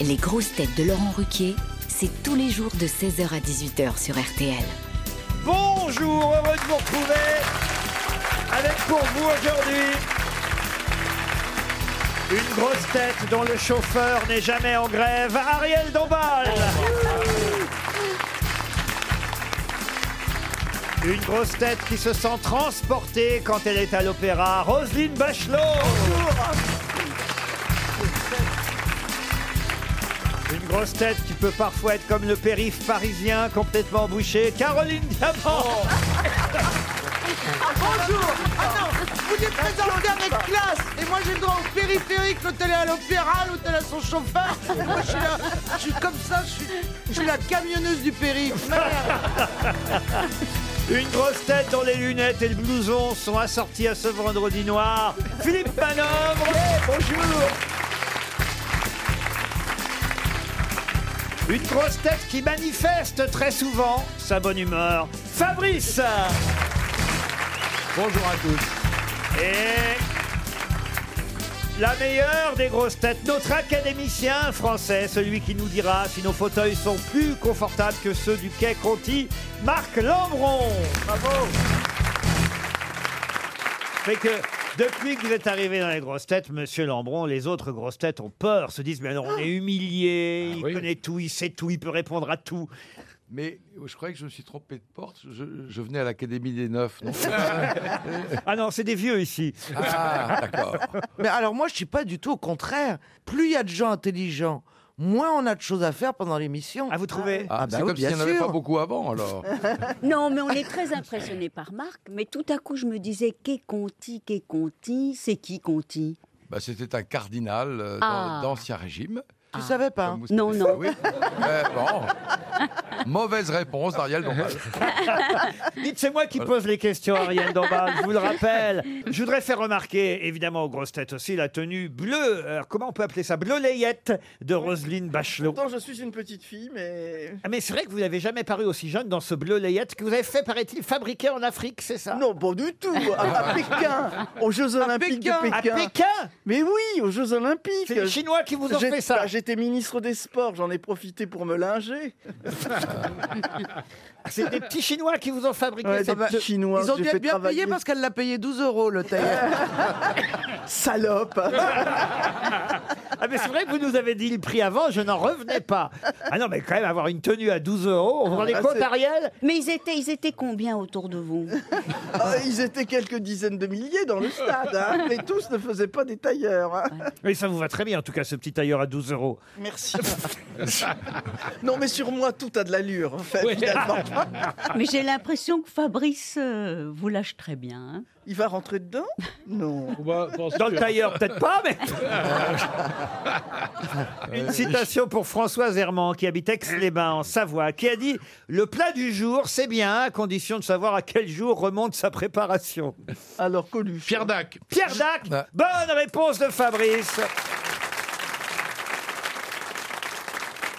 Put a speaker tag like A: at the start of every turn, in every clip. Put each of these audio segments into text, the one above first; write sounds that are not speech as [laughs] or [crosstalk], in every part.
A: Les grosses têtes de Laurent Ruquier, c'est tous les jours de 16h à 18h sur RTL.
B: Bonjour, heureux de vous retrouver avec pour vous aujourd'hui une grosse tête dont le chauffeur n'est jamais en grève, Ariel Dombal. Une grosse tête qui se sent transportée quand elle est à l'opéra, Roselyne Bachelot. Une grosse tête qui peut parfois être comme le périph' parisien complètement bouché, Caroline Diamant.
C: Ah, bonjour Ah non Vous êtes présenté avec classe Et moi j'ai le droit au périphérique, l'autre elle est à l'opéra, l'autre elle a son chauffeur Moi je suis là, je suis comme ça, je suis, je suis la camionneuse du périph' Merde.
B: [laughs] Une grosse tête dont les lunettes et le blouson sont assortis à ce vendredi noir, Philippe Manovre. [laughs] bonjour. Une grosse tête qui manifeste très souvent sa bonne humeur, Fabrice. Bonjour à tous. Et la meilleure des grosses têtes, notre académicien français, celui qui nous dira si nos fauteuils sont plus confortables que ceux du quai Conti, Marc Lambron. Bravo. Fait que depuis que vous êtes arrivé dans les grosses têtes, Monsieur Lambron, les autres grosses têtes ont peur, se disent mais alors on est humilié,
D: Ah
B: il connaît tout, il sait tout, il peut répondre à tout.
D: Mais je croyais que je me suis trompé de porte. Je, je venais à l'Académie des
E: [laughs]
D: Neufs. non
B: Ah non, c'est des vieux ici.
D: ah, d'accord.
C: euh, Mais alors moi je suis pas du tout au contraire. Plus il y a de gens intelligents, moins on a de choses à faire pendant l'émission.
B: Ah vous trouvez
D: Ah,
C: Ah, bah
D: c'est
C: oui,
D: comme s'il n'y en
C: bien
D: avait
C: sûr.
D: pas beaucoup avant, alors.
E: [laughs] Non, mais on est très impressionné par Marc. Mais tout à coup, je me disais, qu'est Conti, qu'est Conti, c'est qui Conti
D: Bah, C'était un cardinal euh,
E: Ah.
D: dans l'Ancien Régime.
C: Tu savais pas hein
D: comme vous
E: Non,
D: savez.
E: non.
D: Oui. Eh, bon. Mauvaise réponse d'Ariel Dombal.
B: Dites, c'est moi qui pose les questions, Ariel Dombal, je vous le rappelle. Je voudrais faire remarquer, évidemment, aux grosses têtes aussi, la tenue bleue, euh, comment on peut appeler ça Bleu layette de Roselyne Bachelot.
F: Pourtant, je suis une petite fille, mais. [laughs]
B: Ah, mais c'est vrai que vous n'avez jamais paru aussi jeune dans ce bleu layette que vous avez fait, paraît-il, fabriquer en Afrique, c'est ça
F: Non, pas du
B: [laughs]
F: tout À, à Pékin Aux Jeux Olympiques
C: Pékin.
F: de
B: À
F: Pékin.
B: Pékin
F: Mais oui, aux Jeux Olympiques
B: C'est les Chinois qui vous ont
F: J'ai-
B: fait ça.
F: bah, J'étais ministre des Sports, j'en ai profité pour me linger.
B: [laughs] C'est des petits Chinois qui vous ont fabriqué
F: Ouais,
B: cette-
F: des petits Chinois
C: Ils ont
F: que j'ai
C: dû être
F: fait
C: bien
F: travailler.
C: payés parce qu'elle l'a payé 12 euros le tailleur.
F: [laughs]
C: [laughs]
F: Salope
B: Ah, mais c'est vrai que vous nous avez dit le prix avant, je n'en revenais pas. Ah non, mais quand même, avoir une tenue à 12 euros, vous vous rendez
F: Ah,
B: compte,
F: c'est-
B: Ariel
E: Mais ils étaient, ils étaient combien autour de vous
F: Ah, Ils étaient quelques dizaines de milliers
B: [laughs]
F: dans le stade, hein, mais tous ne faisaient pas des tailleurs. hein.
B: Mais ça vous va très bien, en tout cas, ce petit tailleur à 12 euros. [laughs]
F: Merci. non, mais sur moi, tout a de l'allure, en fait, finalement.
E: [laughs] Mais j'ai l'impression que Fabrice euh, vous lâche très bien. hein.
F: Il va rentrer dedans Non.
B: Dans le tailleur, peut-être pas, mais. [laughs]
G: Euh,
B: Une citation pour Françoise Herman, qui habite Aix-les-Bains, en Savoie, qui a dit Le plat du jour, c'est bien, à condition de savoir à quel jour remonte sa préparation.
F: Alors, Coluche.
H: Pierre Dac.
B: Pierre Dac,
D: Ouais.
B: bonne réponse de Fabrice.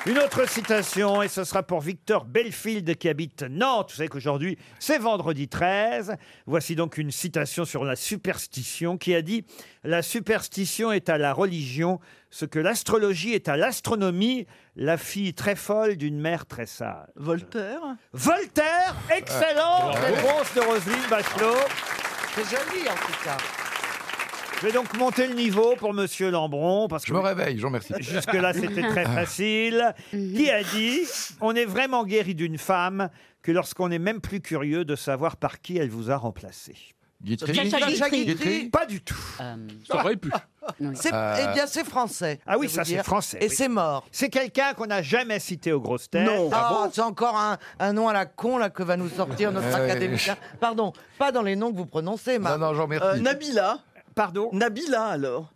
B: Une autre citation, et ce sera pour Victor Belfield qui habite Nantes. Vous savez qu'aujourd'hui, c'est vendredi 13. Voici donc une citation sur la superstition qui a dit « La superstition est à la religion, ce que l'astrologie est à l'astronomie, la fille très folle d'une mère très sage.
F: Voltaire. »
B: Voltaire, excellente réponse de Roselyne Bachelot.
C: C'est joli en tout cas.
B: Je vais donc monter le niveau pour Monsieur Lambron, parce que
D: Je me réveille, Jean, merci.
B: jusque-là c'était très facile. Qui a dit On est vraiment guéri d'une femme que lorsqu'on est même plus curieux de savoir par qui elle vous a remplacé.
D: Guitry.
E: Sacha Guitry.
D: Guitry.
B: Pas du tout.
E: Euh,
H: Ça aurait pu.
C: C'est-
D: Euh.
C: Eh bien c'est français.
B: Ah oui,
C: je vais
B: ça,
C: vous
B: c'est
C: dire.
B: français,
C: Et
B: oui.
C: c'est mort.
B: C'est quelqu'un qu'on n'a jamais cité aux grosses têtes.
F: Non.
C: Ah, c'est encore un, un nom à la con là que va nous sortir notre
D: Ouais.
C: académicien. Pardon, pas dans les noms que vous prononcez,
D: Non,
C: Marc.
D: non, Jean,
F: Euh,
D: merci.
F: Nabila.
B: Pardon.
F: Nabila, alors.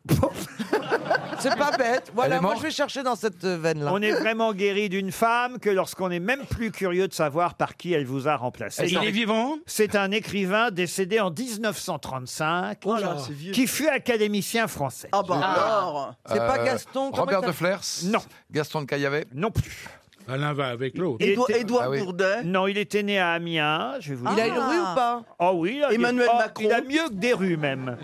C: C'est pas bête. Voilà, moi
D: morte
C: je vais chercher dans cette euh, veine là.
B: On est vraiment guéri d'une femme que lorsqu'on est même plus curieux de savoir par qui elle vous a remplacé.
H: Il est vivant
B: C'est un écrivain décédé en 1935
F: Oh Voilà, c'est vieux.
B: qui fut académicien français.
F: Ah bah alors
C: C'est pas
D: Euh,
C: Gaston. comment
D: Robert
C: il
D: de Flers.
B: Non.
D: Gaston de Caillavet.
B: Non plus.
H: L'un va avec l'autre.
B: Il
F: Édouard,
B: était-
F: Édouard
D: Ah oui.
F: Bourdin,
B: Non, il était né à Amiens, je vais vous
C: s'appelle
B: dire.
C: Il a une
F: Ah.
C: rue ou pas
B: Oh oui, là, il-
F: Emmanuel
B: oh,
F: Macron.
B: Il a mieux que des rues même.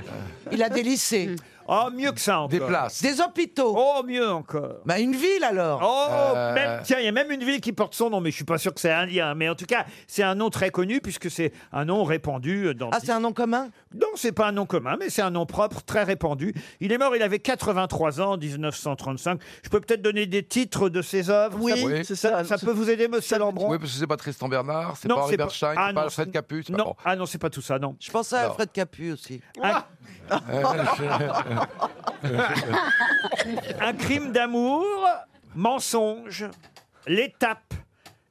C: Il a des lycées.
B: Oh, mieux que ça encore.
D: Des places.
C: Des hôpitaux.
B: Oh, mieux encore.
C: Bah, une ville alors.
B: Oh,
D: Euh.
B: même, tiens, il y a même une ville qui porte son nom, mais je suis pas sûr que c'est un lien. Mais en tout cas, c'est un nom très connu puisque c'est un nom répandu euh, dans.
C: Ah, c'est un nom commun
B: Non, c'est pas un nom commun, mais c'est un nom propre, très répandu. Il est mort, il avait 83 ans, 1935. Je peux peut-être donner des titres de ses œuvres.
F: Oui,
D: oui.
F: c'est
B: Ça,
F: ça.
B: ça peut vous aider, monsieur Lambron
D: Oui, parce que c'est pas Tristan Bernard, c'est pas Henri Bergstein, c'est pas
B: Ah non,
D: Alfred Capus. c'est pas
B: Non,
D: bon.
B: ah non, c'est pas tout ça, non.
C: Je pensais à
D: Alors.
C: Fred Capu aussi. [laughs]
B: Un, un crime d'amour, mensonge, l'étape,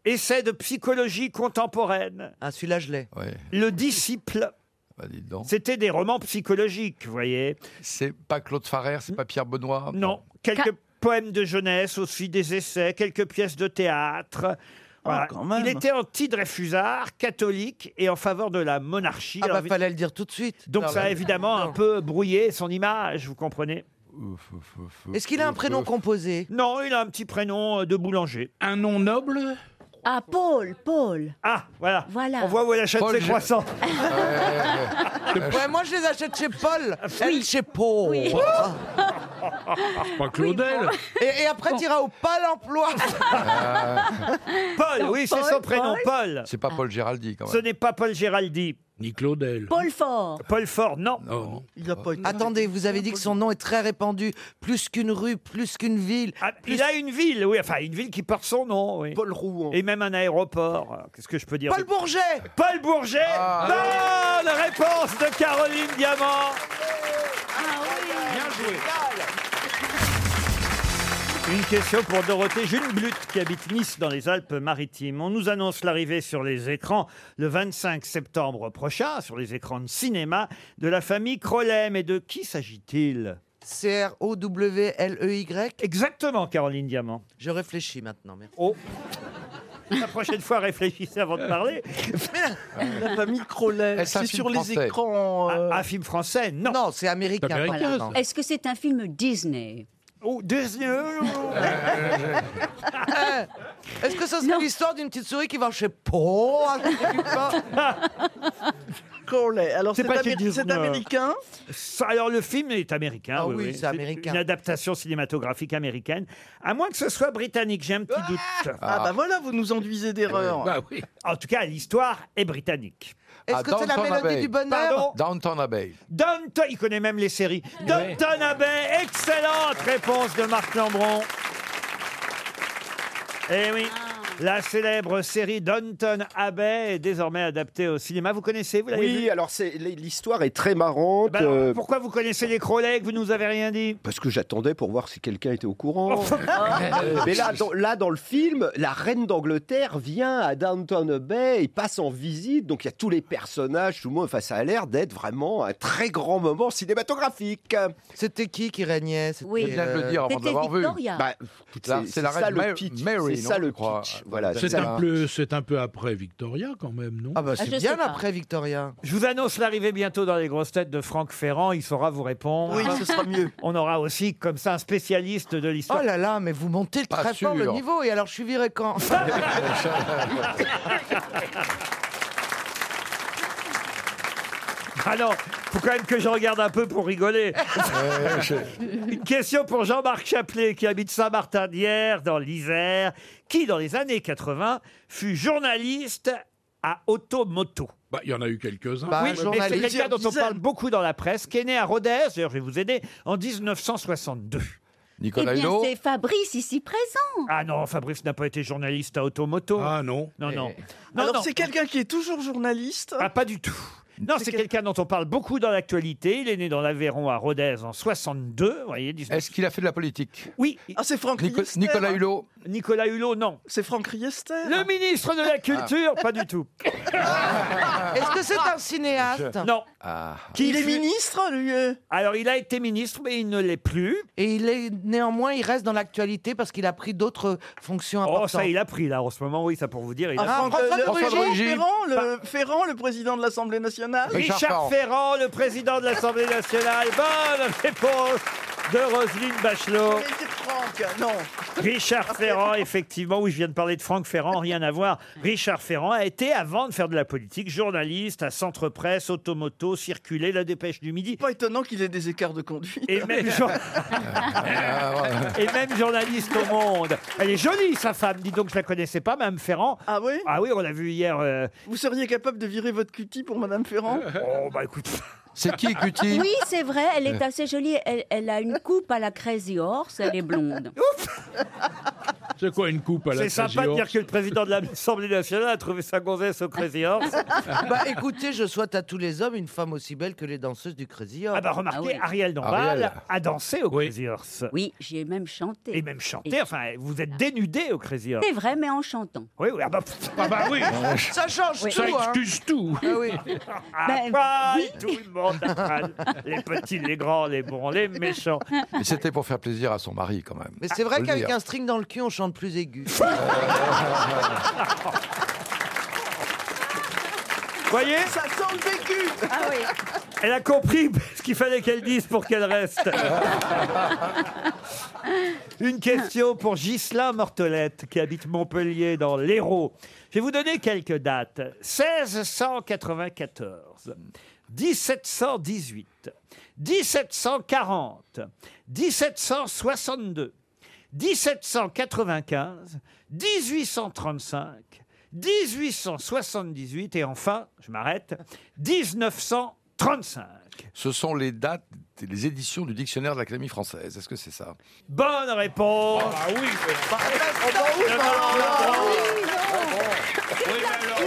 B: essai de psychologie contemporaine,
C: Ah, celui-là, je l'ai.
D: Ouais,
B: le disciple.
D: bah dites donc.
B: C'était des romans psychologiques, vous voyez.
D: C'est pas Claude Farrer, c'est pas Pierre Benoît.
B: Non, quelques poèmes de jeunesse, aussi des essais, quelques pièces de théâtre. Voilà.
F: Oh, quand même.
B: Il était anti-Dreyfusard, catholique et en faveur de la monarchie.
C: Ah,
B: Alors,
C: bah, fallait le dire tout de suite.
B: Donc
C: Alors,
B: ça a
C: là-
B: évidemment un peu brouillé son image, vous comprenez
C: Est-ce qu'il a un prénom composé
B: Non, il a un petit prénom euh, de boulanger.
H: Un nom noble
E: Ah, Paul, Paul.
B: Ah, voilà.
E: Voilà.
B: On voit où elle achète
D: Paul Euh,
B: ses
D: Gé- [laughs]
B: croissants.
C: Euh, Ouais, moi, je les achète chez Paul. Elle, chez Paul.
F: Ah,
H: Pas Claudel
C: Et, et après, t'iras au Pôle emploi.
B: Ah.
E: Euh.
B: [laughs] Paul, oui, c'est son prénom, Paul.
D: C'est pas Paul Géraldi quand
B: Ce
D: même.
B: n'est pas Paul Géraldi.
H: Ni Claudel.
E: Paul Fort.
B: Paul Fort, non.
H: Non.
F: Il a pas été-
C: Attendez, vous avez dit que son nom est très répandu. Plus qu'une rue, plus qu'une ville.
B: Ah, il a une ville, oui, enfin une ville qui porte son nom, oui.
F: Paul Rouen.
B: Et même un aéroport. Qu'est-ce que je peux dire
C: Paul Bourget
B: Paul Bourget
D: Ah.
B: Bonne réponse de Caroline Diamant
H: Bien joué.
B: Une question pour Dorothée Jules Blut qui habite Nice dans les Alpes-Maritimes. On nous annonce l'arrivée sur les écrans le 25 septembre prochain, sur les écrans de cinéma, de la famille Crolem. Et de qui s'agit-il
C: C-R-O-W-L-E-Y.
B: Exactement, Caroline Diamant.
C: E Je réfléchis maintenant. merci.
B: Oh La prochaine fois, réfléchissez avant de
C: [laughs]
B: parler.
F: La famille Crowley.
D: Est-ce un
F: C'est
D: film
F: sur les
D: français
F: écrans. euh,
B: Un, un film français Non.
C: Non, c'est américain.
H: C'est américain,
C: par
H: ça.
C: contre.
E: Est-ce que c'est un film Disney
B: Oh, deuxième.
G: oh.
C: Euh, Est-ce que ça
E: Non.
C: serait l'histoire d'une petite souris qui va chez Paul hein,
F: [laughs] Crowley. Alors
B: C'est
F: c'est
B: pas chez
F: amé- c'est
B: Disney.
F: américain.
B: Ça, Alors le film est américain.
C: Ah oui, c'est américain.
B: Une adaptation cinématographique américaine, à moins que ce soit britannique. J'ai un petit doute.
F: Ah bah voilà, vous nous enduisez d'erreurs.
H: Bah oui.
B: En tout cas, l'histoire est britannique.
C: Est-ce
D: Ah,
C: que c'est la
D: Downton
C: mélodie
D: Abbey.
C: du bonheur
B: Pardon.
D: Downton Abbey.
B: Downton, il connaît même les séries. Downton Abbey, excellente réponse de Marc Lambron. Eh oui, la célèbre série Downton Abbey est désormais adaptée au cinéma. Vous connaissez, vous l'avez
I: Oui,
B: vu
I: alors c'est l'histoire est très marrante
B: Bah alors,
I: euh,
B: Pourquoi vous connaissez les Crowley que vous nous avez rien dit
I: parce que j'attendais pour voir si quelqu'un était au courant.
B: Oh.
I: [laughs] Euh, Mais là dans, là, dans le film, la reine d'Angleterre vient à Downton Abbey et passe en visite. Donc il y a tous les personnages, tout le monde. Enfin, ça a l'air d'être vraiment un très grand moment cinématographique.
C: C'était qui qui régnait C'était,
E: Oui.
D: Je viens de le
C: euh,
D: dire avant de
E: C'était
D: l'avoir vu.
E: Victoria.
I: Bah,
D: Là,
I: c'est
D: c'est
I: c'est
D: la
I: ça
D: reine
I: le
D: Ma-
I: pitch.
D: Mary,
I: C'est
D: non,
I: ça
D: je
I: le
D: crois.
I: pitch. Voilà,
D: C'est
H: C'est
I: ça.
H: un, peu- c'est un peu après Victoria quand même, non
C: Ah bah
E: Ah,
C: c'est
E: je
C: bien
E: sais pas.
C: après Victoria.
B: Je vous annonce l'arrivée bientôt dans les grosses têtes de Franck Ferrand. Il saura vous répondre.
F: Oui, ce sera mieux.
B: On aura aussi comme ça un spécialiste de
C: Oh
B: l'histoire.
C: là là, mais vous montez le
D: Pas
C: très fort le
D: sûr.
C: niveau et alors je suis
B: [laughs]
C: viré quand
B: Ah non, faut quand même que je regarde un peu pour rigoler. Une question pour Jean-Marc Chaplet qui habite Saint-Martin-d'Hier dans l'Isère, qui dans les années 80 fut journaliste à Automoto.
H: Bah, il y en a eu quelques-uns.
C: Bah,
B: oui, mais c'est
C: journaliste.
B: quelqu'un dont on
F: dizaine.
B: parle beaucoup dans la presse, qui est né à Rodez, d'ailleurs je vais vous aider, en 1962.
E: Eh
D: Nicolas
E: bien,
D: Hulot.
E: c'est Fabrice ici présent.
B: Ah non, Fabrice n'a pas été journaliste à Automoto.
H: Ah non.
B: non, non. Non, non.
F: Eh. Alors c'est quelqu'un qui est toujours journaliste.
B: Ah, pas du tout. Non, c'est quelqu'un dont on parle beaucoup dans l'actualité. Il est né dans l'Aveyron à Rodez en 62. Vous voyez, 19...
D: Est-ce qu'il a fait de la politique
B: Oui,
F: Ah c'est Franck
D: Nico-
F: Riester.
D: Nicolas Hulot.
B: Nicolas Hulot, Oh, non.
F: C'est Franck Riester. Ah.
B: Le ministre de
D: Ah.
B: la Culture, pas du tout.
C: Est-ce que c'est un cinéaste
B: Non.
D: Ah.
B: Qui
F: Il est
B: fut-
F: ministre lui. euh
B: Alors, il a été ministre, mais il ne l'est plus.
C: Et il est néanmoins, il reste dans l'actualité parce qu'il a pris d'autres fonctions importantes.
B: Oh, ça, il a pris, là, en ce moment, oui, ça pour vous dire. Il a...
C: Ah,
F: Ah, Franck,
C: François
F: euh,
C: de
F: le-
D: Rugy.
F: François de Ferrand,
B: Bah.
F: le, Ferrand, le président de l'Assemblée nationale.
D: Richard
B: Ah, Richard
D: Ferrand.
B: Ferrand, le président de l'Assemblée nationale. Bonne réponse de Roselyne Bachelot.
F: Mais c'est Franck, non.
B: Richard Ferrand, effectivement, oui, je viens de parler de Franck Ferrand, rien à voir. Richard Ferrand a été, avant de faire de la politique, journaliste à Centre Presse, Automoto, Circuler, La Dépêche du Midi,
F: Pas étonnant qu'il ait des écarts de conduite.
B: et
F: [laughs]
B: même, jour- et même journaliste au Monde. Elle est jolie, sa femme, dis donc, je la connaissais pas, Mme Ferrand.
F: Ah oui
B: Ah oui, on l'a vu hier. euh,
F: Vous seriez capable de virer votre cutie pour Madame Ferrand
B: Oh, bah écoute,
D: C'est qui, Cutie
E: Oui, c'est vrai, elle est assez jolie. Elle, elle a une coupe à la Crazy Horse, elle est blonde.
H: C'est quoi une coupe à la
B: c'est sympa de
H: Casio
B: dire que le président de l'Assemblée nationale a trouvé sa gonzesse au Crazy Horse.
C: [laughs] Bah écoutez, je souhaite à tous les hommes une femme aussi belle que les danseuses du Crazy Horse.
B: Ah bah remarquez,
E: Ah oui.
B: Ariel Dombal
D: Ariel.
B: a dansé au
H: Oui.
B: Crazy Horse.
E: Oui, j'y ai même chanté.
B: Et même chanté, enfin, vous êtes dénudé au Crazy Horse.
E: C'est vrai, mais en chantant.
B: Oui, oui, ah bah, pff,
H: Ah bah
B: [laughs]
H: oui,
C: Ça change
E: Oui.
C: tout,
H: ça
C: hein.
H: excuse tout.
C: Ah oui.
B: ah,
E: Ben,
B: pas tout le monde a
C: [laughs]
B: mal. [laughs] Les petits, les grands, les bons, les méchants.
D: Mais C'était pour faire plaisir à son mari, quand même.
C: Mais c'est
D: Faut
B: Ah.
C: vrai
D: le
C: qu'avec
D: dire.
C: un string dans le cul, on chante plus aigu.
B: [laughs] Ah. Vous voyez,
F: Ça sent le vécu
E: Ah oui.
B: elle a compris [laughs] ce qu'il fallait qu'elle dise pour qu'elle reste. Une question pour Gisela Mortelette, qui habite Montpellier dans l'Hérault. Je vais vous donner quelques dates. 1694, 1718, 1740, 1762, 1795, 1835, 1878 et enfin, je m'arrête, 1935.
D: Ce sont les dates, les éditions du dictionnaire de l'Académie française. Est-ce que c'est ça
B: Bonne réponse.
H: Ah oui, mais-
B: Oh bah
H: oui, mais alors-
C: Euh,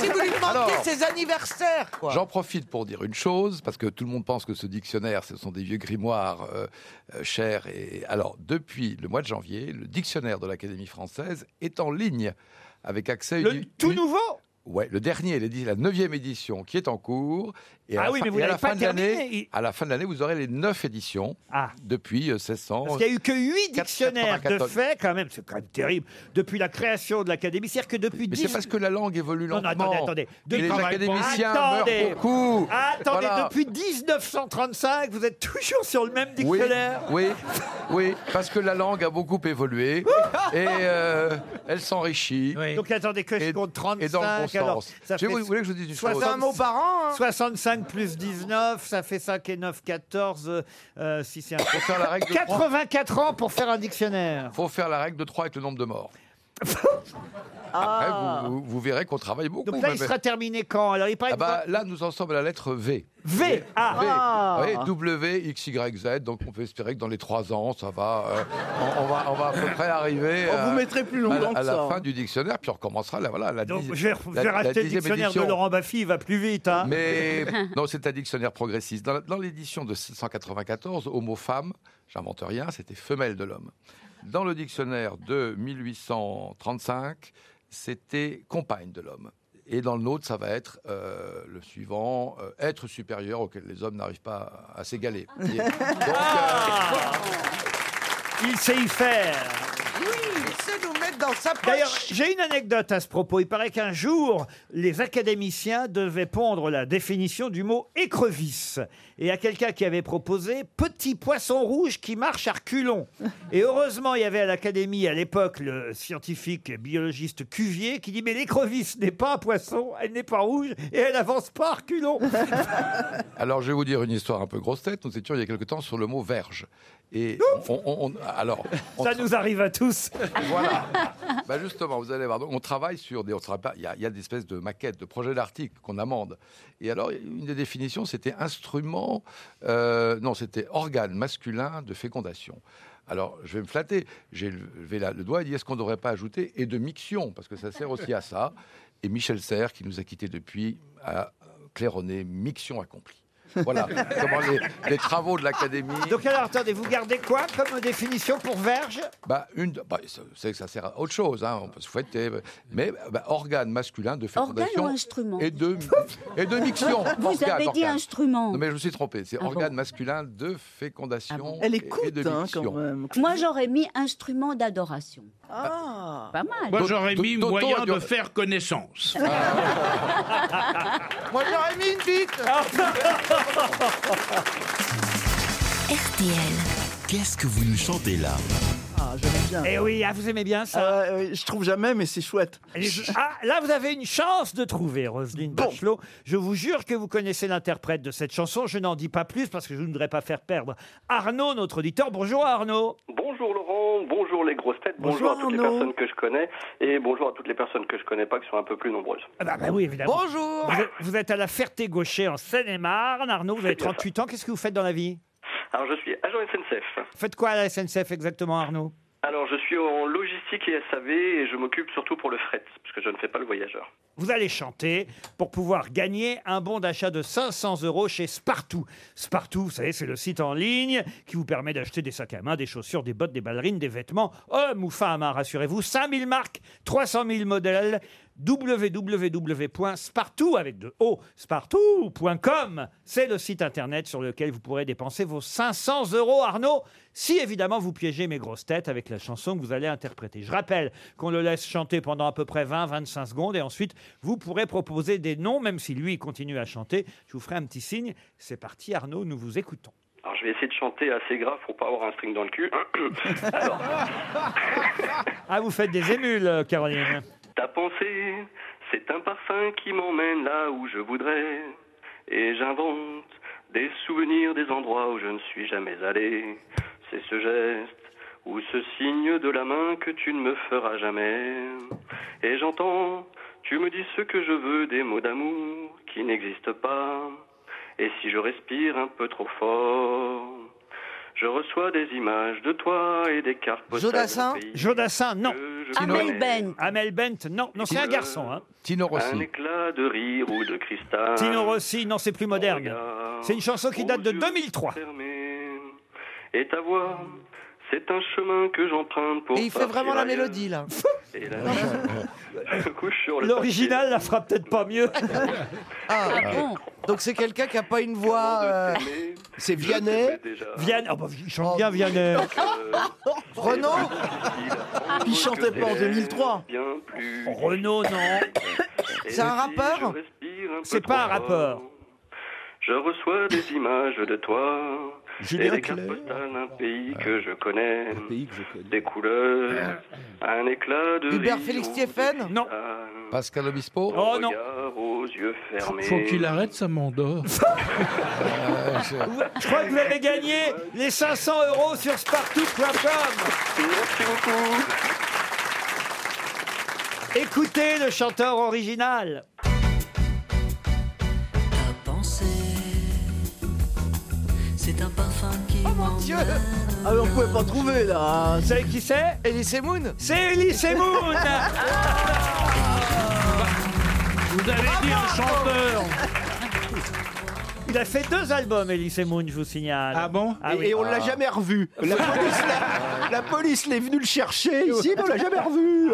C: Si vous lui demandiez
D: Alors.
C: ses anniversaires, quoi.
D: J'en profite pour dire une chose, parce que tout le monde pense que ce dictionnaire, ce sont des vieux grimoires euh, euh, chers. Et... Alors, depuis le mois de janvier, le dictionnaire de l'Académie française est en ligne, avec accès...
B: Le
D: uni-
B: tout
D: uni-
B: nouveau
D: Ouais, le dernier, l'édi- la neuvième édition qui est en cours. Et à
B: Ah
D: la
B: oui,
D: fin-
B: mais vous
D: et à
B: l'avez
D: la
B: pas
D: fin de l'année,
B: terminé.
D: À la fin de l'année, vous aurez les neuf éditions
B: Ah.
D: depuis euh, 1600.
B: Parce qu'il n'y a eu que huit
D: Quatre-
B: dictionnaires de
D: 94.
B: fait, quand même, c'est quand même terrible, depuis la création de l'Académie. C'est-à-dire que depuis 10...
D: Mais c'est parce que la langue évolue
B: Non, non,
D: lentement.
B: attendez, attendez.
D: Et les
B: Depuis-
D: académiciens
B: Attendez.
D: meurent beaucoup.
B: Attendez,
D: Voilà.
B: depuis 1935, vous êtes toujours sur le même
D: Oui,
B: dictionnaire
D: oui, oui, parce que la langue a beaucoup
B: [laughs]
D: évolué et euh, elle s'enrichit.
B: Donc attendez que je
D: Et-
B: compte 35,
D: et dans le bon sens.
B: alors ça
D: Je
B: fait
D: vous- vous voulez que je vous dise une chose
B: 60
C: C'est un mot par an, hein.
B: 65 plus 19, ça fait 5 et 9, 14, euh, euh, si c'est un...
D: Faut faire la règle de trois.
B: 84 ans pour faire un dictionnaire
D: Faut faire la règle de 3 avec le nombre de morts.
B: Ah.
D: Après, vous, vous- vous verrez qu'on travaille beaucoup.
B: Donc là, il
D: mais-
B: sera terminé quand Alors, il paraît
D: Ah
B: que
D: bah, là, nous en sommes à la lettre V.
B: V, ah. A,
D: V. Oui, w, X, Y, Z. Donc on peut espérer que dans les trois ans, ça va. euh, on, on va on va à peu près
B: Oh,
D: arriver.
F: On
D: euh,
F: vous mettrait plus
D: à la,
F: longtemps
D: à
F: que
D: la
F: ça.
D: fin du dictionnaire, puis on recommencera la, voilà, la,
B: hein. Donc,
D: dix-
B: je vais, je
D: la-
B: vais
D: la
B: racheter le
D: dixième
B: dictionnaire
D: édition.
B: de Laurent Baffy, il va plus vite. Hein. [laughs]
D: Mais non, c'est un dictionnaire progressiste. Dans, la- dans l'édition de 794, homo femme, j'invente rien, c'était femelle de l'homme. Dans le dictionnaire de 1835, c'était compagne de l'homme. Et dans le nôtre, ça va être euh, le suivant, euh, être supérieur auquel les hommes n'arrivent pas à s'égaler. Et donc, euh,
B: Ah [laughs] il sait y faire.
C: Il sait nous mettre dans sa
B: D'ailleurs,
C: poche.
B: j'ai une anecdote à ce propos. Il paraît qu'un jour, les académiciens devaient pondre la définition du mot écrevisse. Et à quelqu'un qui avait proposé petit poisson rouge qui marche à reculons. Et heureusement, il y avait à l'académie à l'époque le scientifique et biologiste Cuvier qui dit Mais l'écrevisse n'est pas un poisson, elle n'est pas rouge et elle avance pas à reculons.
D: Alors, je vais vous dire une histoire un peu grosse tête. Nous étions il y a quelque temps sur le mot verge. Et on, on- on- alors, on
B: Ça nous arrive à tous.
D: Voilà. [laughs] Bah justement, vous allez voir. Donc, on travaille sur des. On travaille pas- il, y a, il y a des espèces de maquettes, de projets d'articles qu'on amende. Et alors, une des définitions, c'était instrument. euh, non, c'était organe masculin de fécondation. Alors, je vais me flatter. J'ai levé la- le doigt et dit est-ce qu'on ne devrait pas ajouter et de miction Parce que ça sert aussi à ça. Et Michel Serres, qui nous a quittés depuis, a claironné miction accomplie. Voilà comment les, les travaux de l'Académie.
B: Donc alors, attendez, vous gardez quoi comme définition pour verge
D: Bah, une, bah, ça- c'est que ça sert à autre chose, hein, on peut se fouetter. Mais bah, organe masculin de
E: Organe
D: fécondation
E: ou instrument
D: et, de, et de miction.
E: [laughs] Vous
D: Organe,
E: avez dit
D: organe.
E: instrument.
D: Non, mais je me suis trompé, c'est
E: Ah
D: organe
E: bon
D: masculin de fécondation.
E: Ah bon.
F: Elle
D: et- et
F: écoute
D: de
F: hein,
D: miction.
F: quand même.
E: Moi, j'aurais mis instrument d'adoration.
F: Ah.
E: Pas mal.
H: Moi, j'aurais
D: D'auto-
H: mis
D: d'auto-
H: moyen de
D: d'auto-
H: faire connaissance.
C: Moi, j'aurais mis une bite.
A: RTL.
J: Qu'est-ce que vous nous chantez là
F: Ah, j'aime bien.
B: Eh oui, ah, vous aimez bien ça
F: Euh, euh, je trouve jamais, mais c'est chouette.
B: Et je- Ah, là, vous avez une chance de trouver, Roselyne Bachelot. Je vous jure que vous connaissez l'interprète de cette chanson. Je n'en dis pas plus parce que je ne voudrais pas faire perdre Arnaud, notre auditeur. Bonjour Arnaud.
K: Bonjour Laurent, bonjour les grosses têtes, bonjour,
F: Bonjour
K: à toutes les
F: Arnaud.
K: personnes que je connais et bonjour à toutes les personnes que je connais pas qui sont un peu plus nombreuses.
B: Ah bah, bah oui, évidemment.
C: Bonjour
B: Vous êtes- Vous êtes à la Ferté-Gaucher en Seine-et-Marne. Arnaud, vous avez
K: C'est bien
B: 38 ans. Qu'est-ce que vous faites dans la vie
K: Alors je suis agent SNCF.
B: Faites quoi à la SNCF exactement, Arnaud
K: Alors je suis en logistique et SAV et je m'occupe surtout pour le fret parce que je ne fais pas le voyageur.
B: Vous allez chanter pour pouvoir gagner un bon d'achat de 500 euros chez Spartoo. Spartoo, vous savez, c'est le site en ligne qui vous permet d'acheter des sacs à main, des chaussures, des bottes, des ballerines, des vêtements, hommes ou femmes, hein, rassurez-vous. 5000 marques, 300 000 modèles. www.spartoo avec de O, spartoo.com. C'est le site internet sur lequel vous pourrez dépenser vos 500 euros, Arnaud, si évidemment vous piégez mes grosses têtes avec la chanson que vous allez interpréter. Je rappelle qu'on le laisse chanter pendant à peu près 20-25 secondes et ensuite vous pourrez proposer des noms, même si lui il continue à chanter. Je vous ferai un petit signe. C'est parti, Arnaud, nous vous écoutons.
K: Alors je vais essayer de chanter assez grave pour pas avoir un string dans le cul. [clears throat] Alors,
B: Ah, vous faites des émules, euh, Caroline.
K: ta pensée, c'est un parfum qui m'emmène là où je voudrais et j'invente des souvenirs des endroits où je ne suis jamais allé. C'est ce geste ou ce signe de la main que tu ne me feras jamais. Et j'entends, tu me dis ce que je veux, des mots d'amour qui n'existent pas. Et si je respire un peu trop fort, je reçois des images de toi et des cartes postales. de
C: Jodassin
K: pays
B: Jodassin, non.
K: que je
E: Amel
K: connais.
E: Bent.
B: Amel Bent, non. Non, c'est un garçon. hein.
D: Tino
K: Un
D: Rossi.
K: éclat de rire ou de cristal.
B: Tino Rossi, non, c'est plus moderne.
K: Oh, Regarde
B: C'est une chanson qui
K: aux
B: date de
K: yeux
B: 2003.
K: fermés. Et ta voix, c'est un chemin que j'emprunte pour.
C: Et il fait
K: partir
C: vraiment la
K: ailleurs.
B: [laughs]
C: mélodie, là.
K: Et là,
C: [laughs]
K: je couche sur le
B: L'original la fera peut-être pas mieux.
C: Ah,
E: Ah bon
C: donc c'est quelqu'un qui a pas une
K: papier.
C: voix... euh,
K: Avant de t'aimer,
I: C'est
K: je
I: Vianney.
K: t'aimais déjà.
B: Vianney, oh, bah, il chante
C: Oh.
B: bien Vianney.
K: Euh,
C: Renaud
K: et
F: [laughs] Il chantait
K: que
F: pas en
K: t'es
F: 2003.
K: bien
H: Oh,
K: plus
B: Renaud, non.
K: Et
C: C'est un
K: si
C: rappeur
K: je respire un peu
B: C'est pas un
K: trop
B: rappeur.
K: fort, Je reçois des images de toi et
I: Julien
K: des cartes
I: Clerc.
K: postales d'un
B: Ah.
K: pays que je connais.
I: Pays que je connais.
K: Des couleurs,
B: Ah.
K: un éclat de
C: Hubert
K: rire
C: Félix
K: ou de
C: Thieffen
B: Non.
K: cristal,
D: Ah, Pascal Obispo.
K: un
B: Oh non.
K: regard aux yeux fermés.
H: Faut
K: [laughs]
H: qu'il arrête, ça m'endort.
B: Je crois que vous avez gagné les 500 euros sur spartou.com.
K: Merci beaucoup.
B: Écoutez le chanteur original.
G: Ta pensée, c'est un parfum qui
C: Oh mon
H: [laughs]
C: Dieu [laughs]
F: Ah, mais on pouvait pas trouver là.
B: Vous savez qui c'est
C: Elise Moon
B: C'est Elise
C: [laughs]
B: Moon.
H: Vous avez dit un chanteur.
B: Il a fait deux albums, Elise Moon, je vous signale.
H: Ah bon
B: Ah
I: et,
B: oui.
I: et on l'a jamais revu. La police, la- la police l'est venue le chercher ici, mais on l'a jamais
B: [laughs]
I: revu.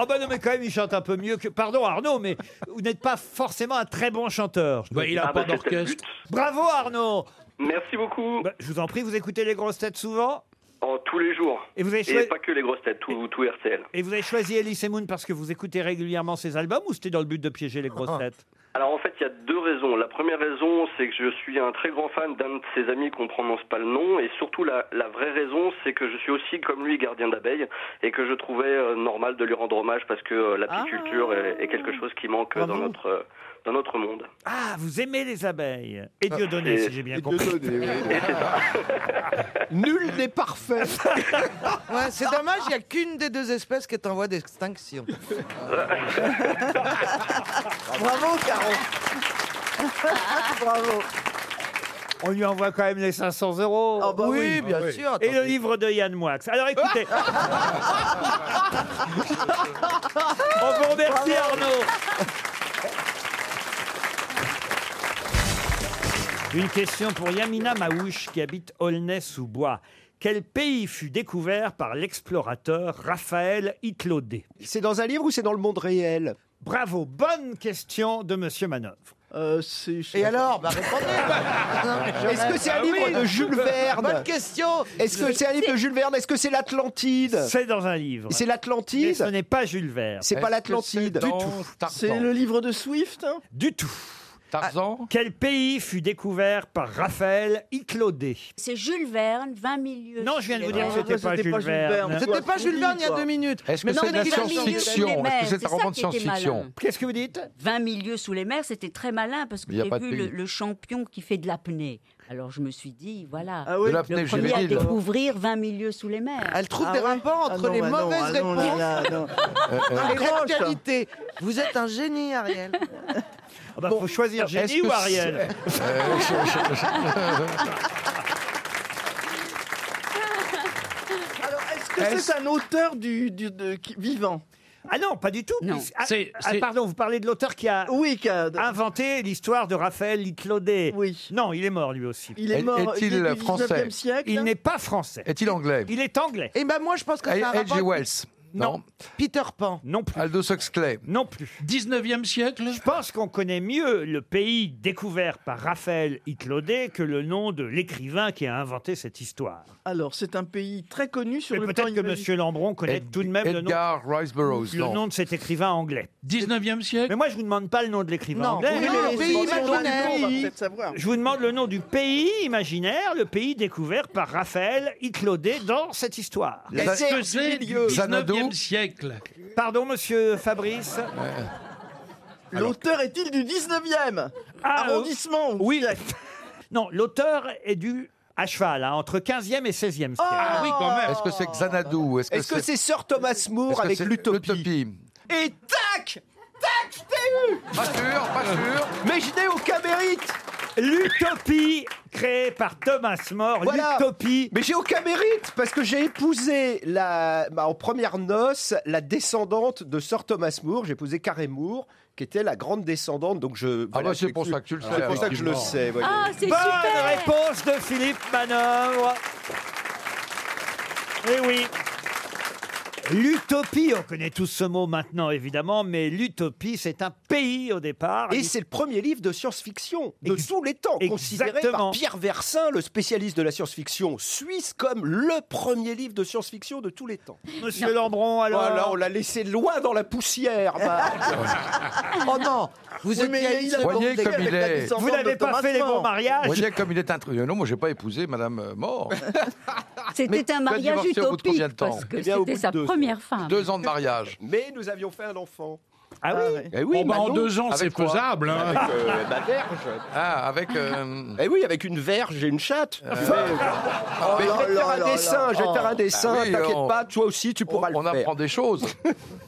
B: Oh bah non, mais quand même, il chante un peu mieux que... Pardon, Arnaud, mais vous n'êtes pas forcément un très bon chanteur.
H: Bah, il a
K: Ah
H: pas
K: bah, c'était le
H: d'orchestre.
K: but.
B: Bravo, Arnaud
K: Merci beaucoup.
B: Bah, Je vous en prie, vous écoutez les grosses têtes souvent
K: En tous les jours.
B: et vous, avez
K: Et
B: choisi,
K: pas que les grosses têtes, tout, tout RTL.
B: et vous avez choisi Elise Moon parce que vous écoutez régulièrement ses albums ou c'était dans le but de piéger les
I: Ah.
B: grosses têtes
K: Alors en fait, il y a deux raisons. La première raison, c'est que je suis un très grand fan d'un de ses amis qu'on prononce pas le nom. Et surtout, la, la vraie raison, c'est que je suis aussi, comme lui, gardien d'abeilles et que je trouvais euh, normal de lui rendre hommage parce que euh, l'apiculture est, est quelque chose qui manque euh, dans
F: Bravo.
K: notre, euh, dans notre monde.
B: Ah, vous aimez les abeilles Et
I: Ah.
B: Dieudonné,
K: Et-
B: si j'ai bien compris.
I: Nul n'est
B: [laughs]
I: parfait.
C: Ouais, c'est dommage, il n'y a qu'une des deux espèces qui est en voie d'extinction.
F: Bravo,
C: [laughs]
F: Caro. Bravo.
B: On lui envoie quand même les 500 euros.
F: Ah bah oui,
H: Ah
F: bien
H: oui.
F: sûr.
B: Et
F: attendez.
B: le livre de Yann Moix. Alors
G: [laughs]
B: écoutez. On vous remercie Arnaud. Une question pour Yamina Maouche qui habite Aulnay-sous-Bois. Quel pays fut découvert par l'explorateur Raphaël Itlaudet
I: C'est dans un livre ou c'est dans le monde réel
B: Bravo, bonne question de Monsieur Manœuvre.
F: Euh, c'est-
C: Et alors Bah
I: [laughs]
C: répondez
D: [laughs]
I: Est-ce que c'est
B: Ah
D: Ah
I: un livre de Jules
C: Bonne
I: Verne
C: question
I: Est-ce que c'est un livre de Jules Verne Est-ce que c'est l'Atlantide
B: C'est dans un livre.
I: C'est
B: Mais ce
I: l'Atlantide
B: n'est pas Jules Verne.
I: C'est pas l'Atlantide.
D: Du tout.
F: C'est le livre de Swift hein
B: Du tout. Ah,
D: Tarzan
B: Quel pays fut découvert par Raphaël Iclaudet
E: C'est Jules Verne, 20 milieux.
B: Non, je viens de vous dire que c'était pas, Jules Verne.
C: C'était pas Jules Verne il y a deux minutes.
D: Est-ce que
C: Mais non,
D: c'est
C: mais
D: de la
C: il a mis-
D: science-fiction
E: les
D: Est-ce que
E: mers,
D: c'est un
E: ça
D: roman de
E: qui était
D: science-fiction
E: malin.
B: Qu'est-ce que vous dites
E: 20 milieux sous les mers, c'était très malin parce que
D: Il y a
E: j'ai
D: pas de
E: vu le,
D: pays.
E: le champion qui fait de l'apnée. Alors je me suis dit, voilà,
D: oui. De l'apnée, Ah
E: le premier à
D: Gilles Villeneuve.
E: découvrir 20 milieux sous les mers.
C: Ah Elle trouve des rapports entre
D: bah
C: les
E: Oh,
C: mauvaises
E: ah,
C: réponses
D: ah
C: [laughs]
E: Euh,
C: et
D: Euh,
C: l'actualité. Vous êtes un génie, Ariel.
B: Ah bah, faut choisir
C: Est-ce
B: Jenny
C: que
B: ou
C: c'est-
B: Ariel
F: Est-ce que c'est un auteur du, du- de- qui- vivant
B: Ah non, pas du tout. puisque- ah,
F: C'est-
B: ah,
F: c'est-
B: pardon, vous parlez de l'auteur qui a, inventé l'histoire de Raphaël Liclaudet. Oui. Non, il est mort lui aussi.
F: Il est Est- mort, il est
D: est-il du français 19e siècle
B: Il n'est pas français.
D: Est-il anglais
B: Il est anglais.
C: Et ben moi, je pense que c'est un
D: H.G.
C: rapport.
D: Wells Non.
C: Peter Pan
B: Non plus.
D: Aldous Huxley
B: Non plus. 19e siècle Je pense qu'on connaît mieux le pays découvert par Raphaël Iclaudet que le nom de l'écrivain qui a inventé cette histoire.
F: Alors, c'est un pays très connu sur
B: Mais
F: le
B: peut-être
F: plan
B: que
F: imaginaire.
B: M. Lambron connaît
D: Ed-
B: tout de même
D: Edgar
B: le nom.
D: Rice-Burroughs,
B: Le
D: non.
B: nom de cet écrivain anglais.
H: 19e siècle
B: Mais moi, je vous demande pas le nom de l'écrivain
C: Non,
B: anglais.
C: oui, mais le pays imaginaire.
F: On va peut-être savoir.
B: Je vous demande le nom du pays imaginaire, le pays découvert par Raphaël Iclaudet dans cette histoire.
H: La Est-ce que c'est du Xanadu 19e siècle
B: Pardon, monsieur Fabrice
D: Euh.
F: Euh, L'auteur est-il du 19e
B: Ah,
F: arrondissement ou
B: Oui. [laughs] Non, l'auteur est du à cheval, hein, entre 15e et 16e siècle.
F: Ah oui, quand même.
D: Est-ce que c'est Xanadu ou Est-ce que
I: Est-ce que c'est Sir Thomas Moore
B: [laughs]
D: est-ce que
I: avec
D: c'est
I: l'utopie
F: Et tac Tac, je t'ai eu
D: Pas sûr, pas sûr.
F: Mais je n'ai aucun mérite
B: L'utopie créée par Thomas More,
I: Voilà.
B: l'utopie.
I: Mais j'ai aucun mérite parce que j'ai épousé la, bah, en première noce la descendante de Sir Thomas Moore. J'ai épousé Carey Moore, qui était la grande descendante. Donc je.
D: Ah bah, c'est pour ça que tu le sais,
I: C'est pour ça que je le
D: effectivement.
I: sais. voyez.
E: Ah, c'est
B: Bonne
E: super
B: réponse de Philippe Manœuvre. Eh oui. L'utopie, on connaît tous ce mot maintenant évidemment, mais l'utopie c'est un pays au départ.
I: Et c'est le premier livre de science-fiction de tous les temps, considéré
B: Exactement.
I: par Pierre Versin, le spécialiste de la science-fiction suisse, comme le premier livre de science-fiction de tous les temps.
B: Monsieur Lambron, alors.
I: Voilà, on l'a laissé loin dans la poussière.
C: Oh non Vous
F: Oui, mais
C: êtes
F: il a
D: Voyez
F: abordé
D: comme
F: avec
D: il
F: la
D: est.
F: descendante
B: Vous n'avez
F: de
B: pas
F: Thomas
B: fait les bons
F: Mann.
B: mariages.
D: Voyez comme il est intrigué. Non, moi, j'ai pas épousé Madame euh, Mort. Mais
E: C'était
D: tu as
E: un mariage
D: divorcé au bout de
E: utopique
D: combien de temps
E: parce que
I: Eh bien, au
E: c'était
I: bout de
E: sa
I: deux.
E: première femme.
D: Deux ans de mariage.
I: Mais nous avions fait un enfant.
B: Ah oui.
I: Eh oui,
H: Bon, bah, en
I: Manon.
H: deux ans, c'est
D: Avec quoi
H: faisable. hein.
I: Avec
D: [laughs]
I: euh, ma verge.
D: Ah, avec. euh, Ah. Oh
I: Eh oui, avec une verge et une chatte. Mais je vais te faire un dessin, je vais te faire un dessin.
D: Ah oui,
I: T'inquiète
D: on-
I: pas, toi aussi, tu
D: on,
I: pourras
D: on
I: le faire.
D: apprend des choses.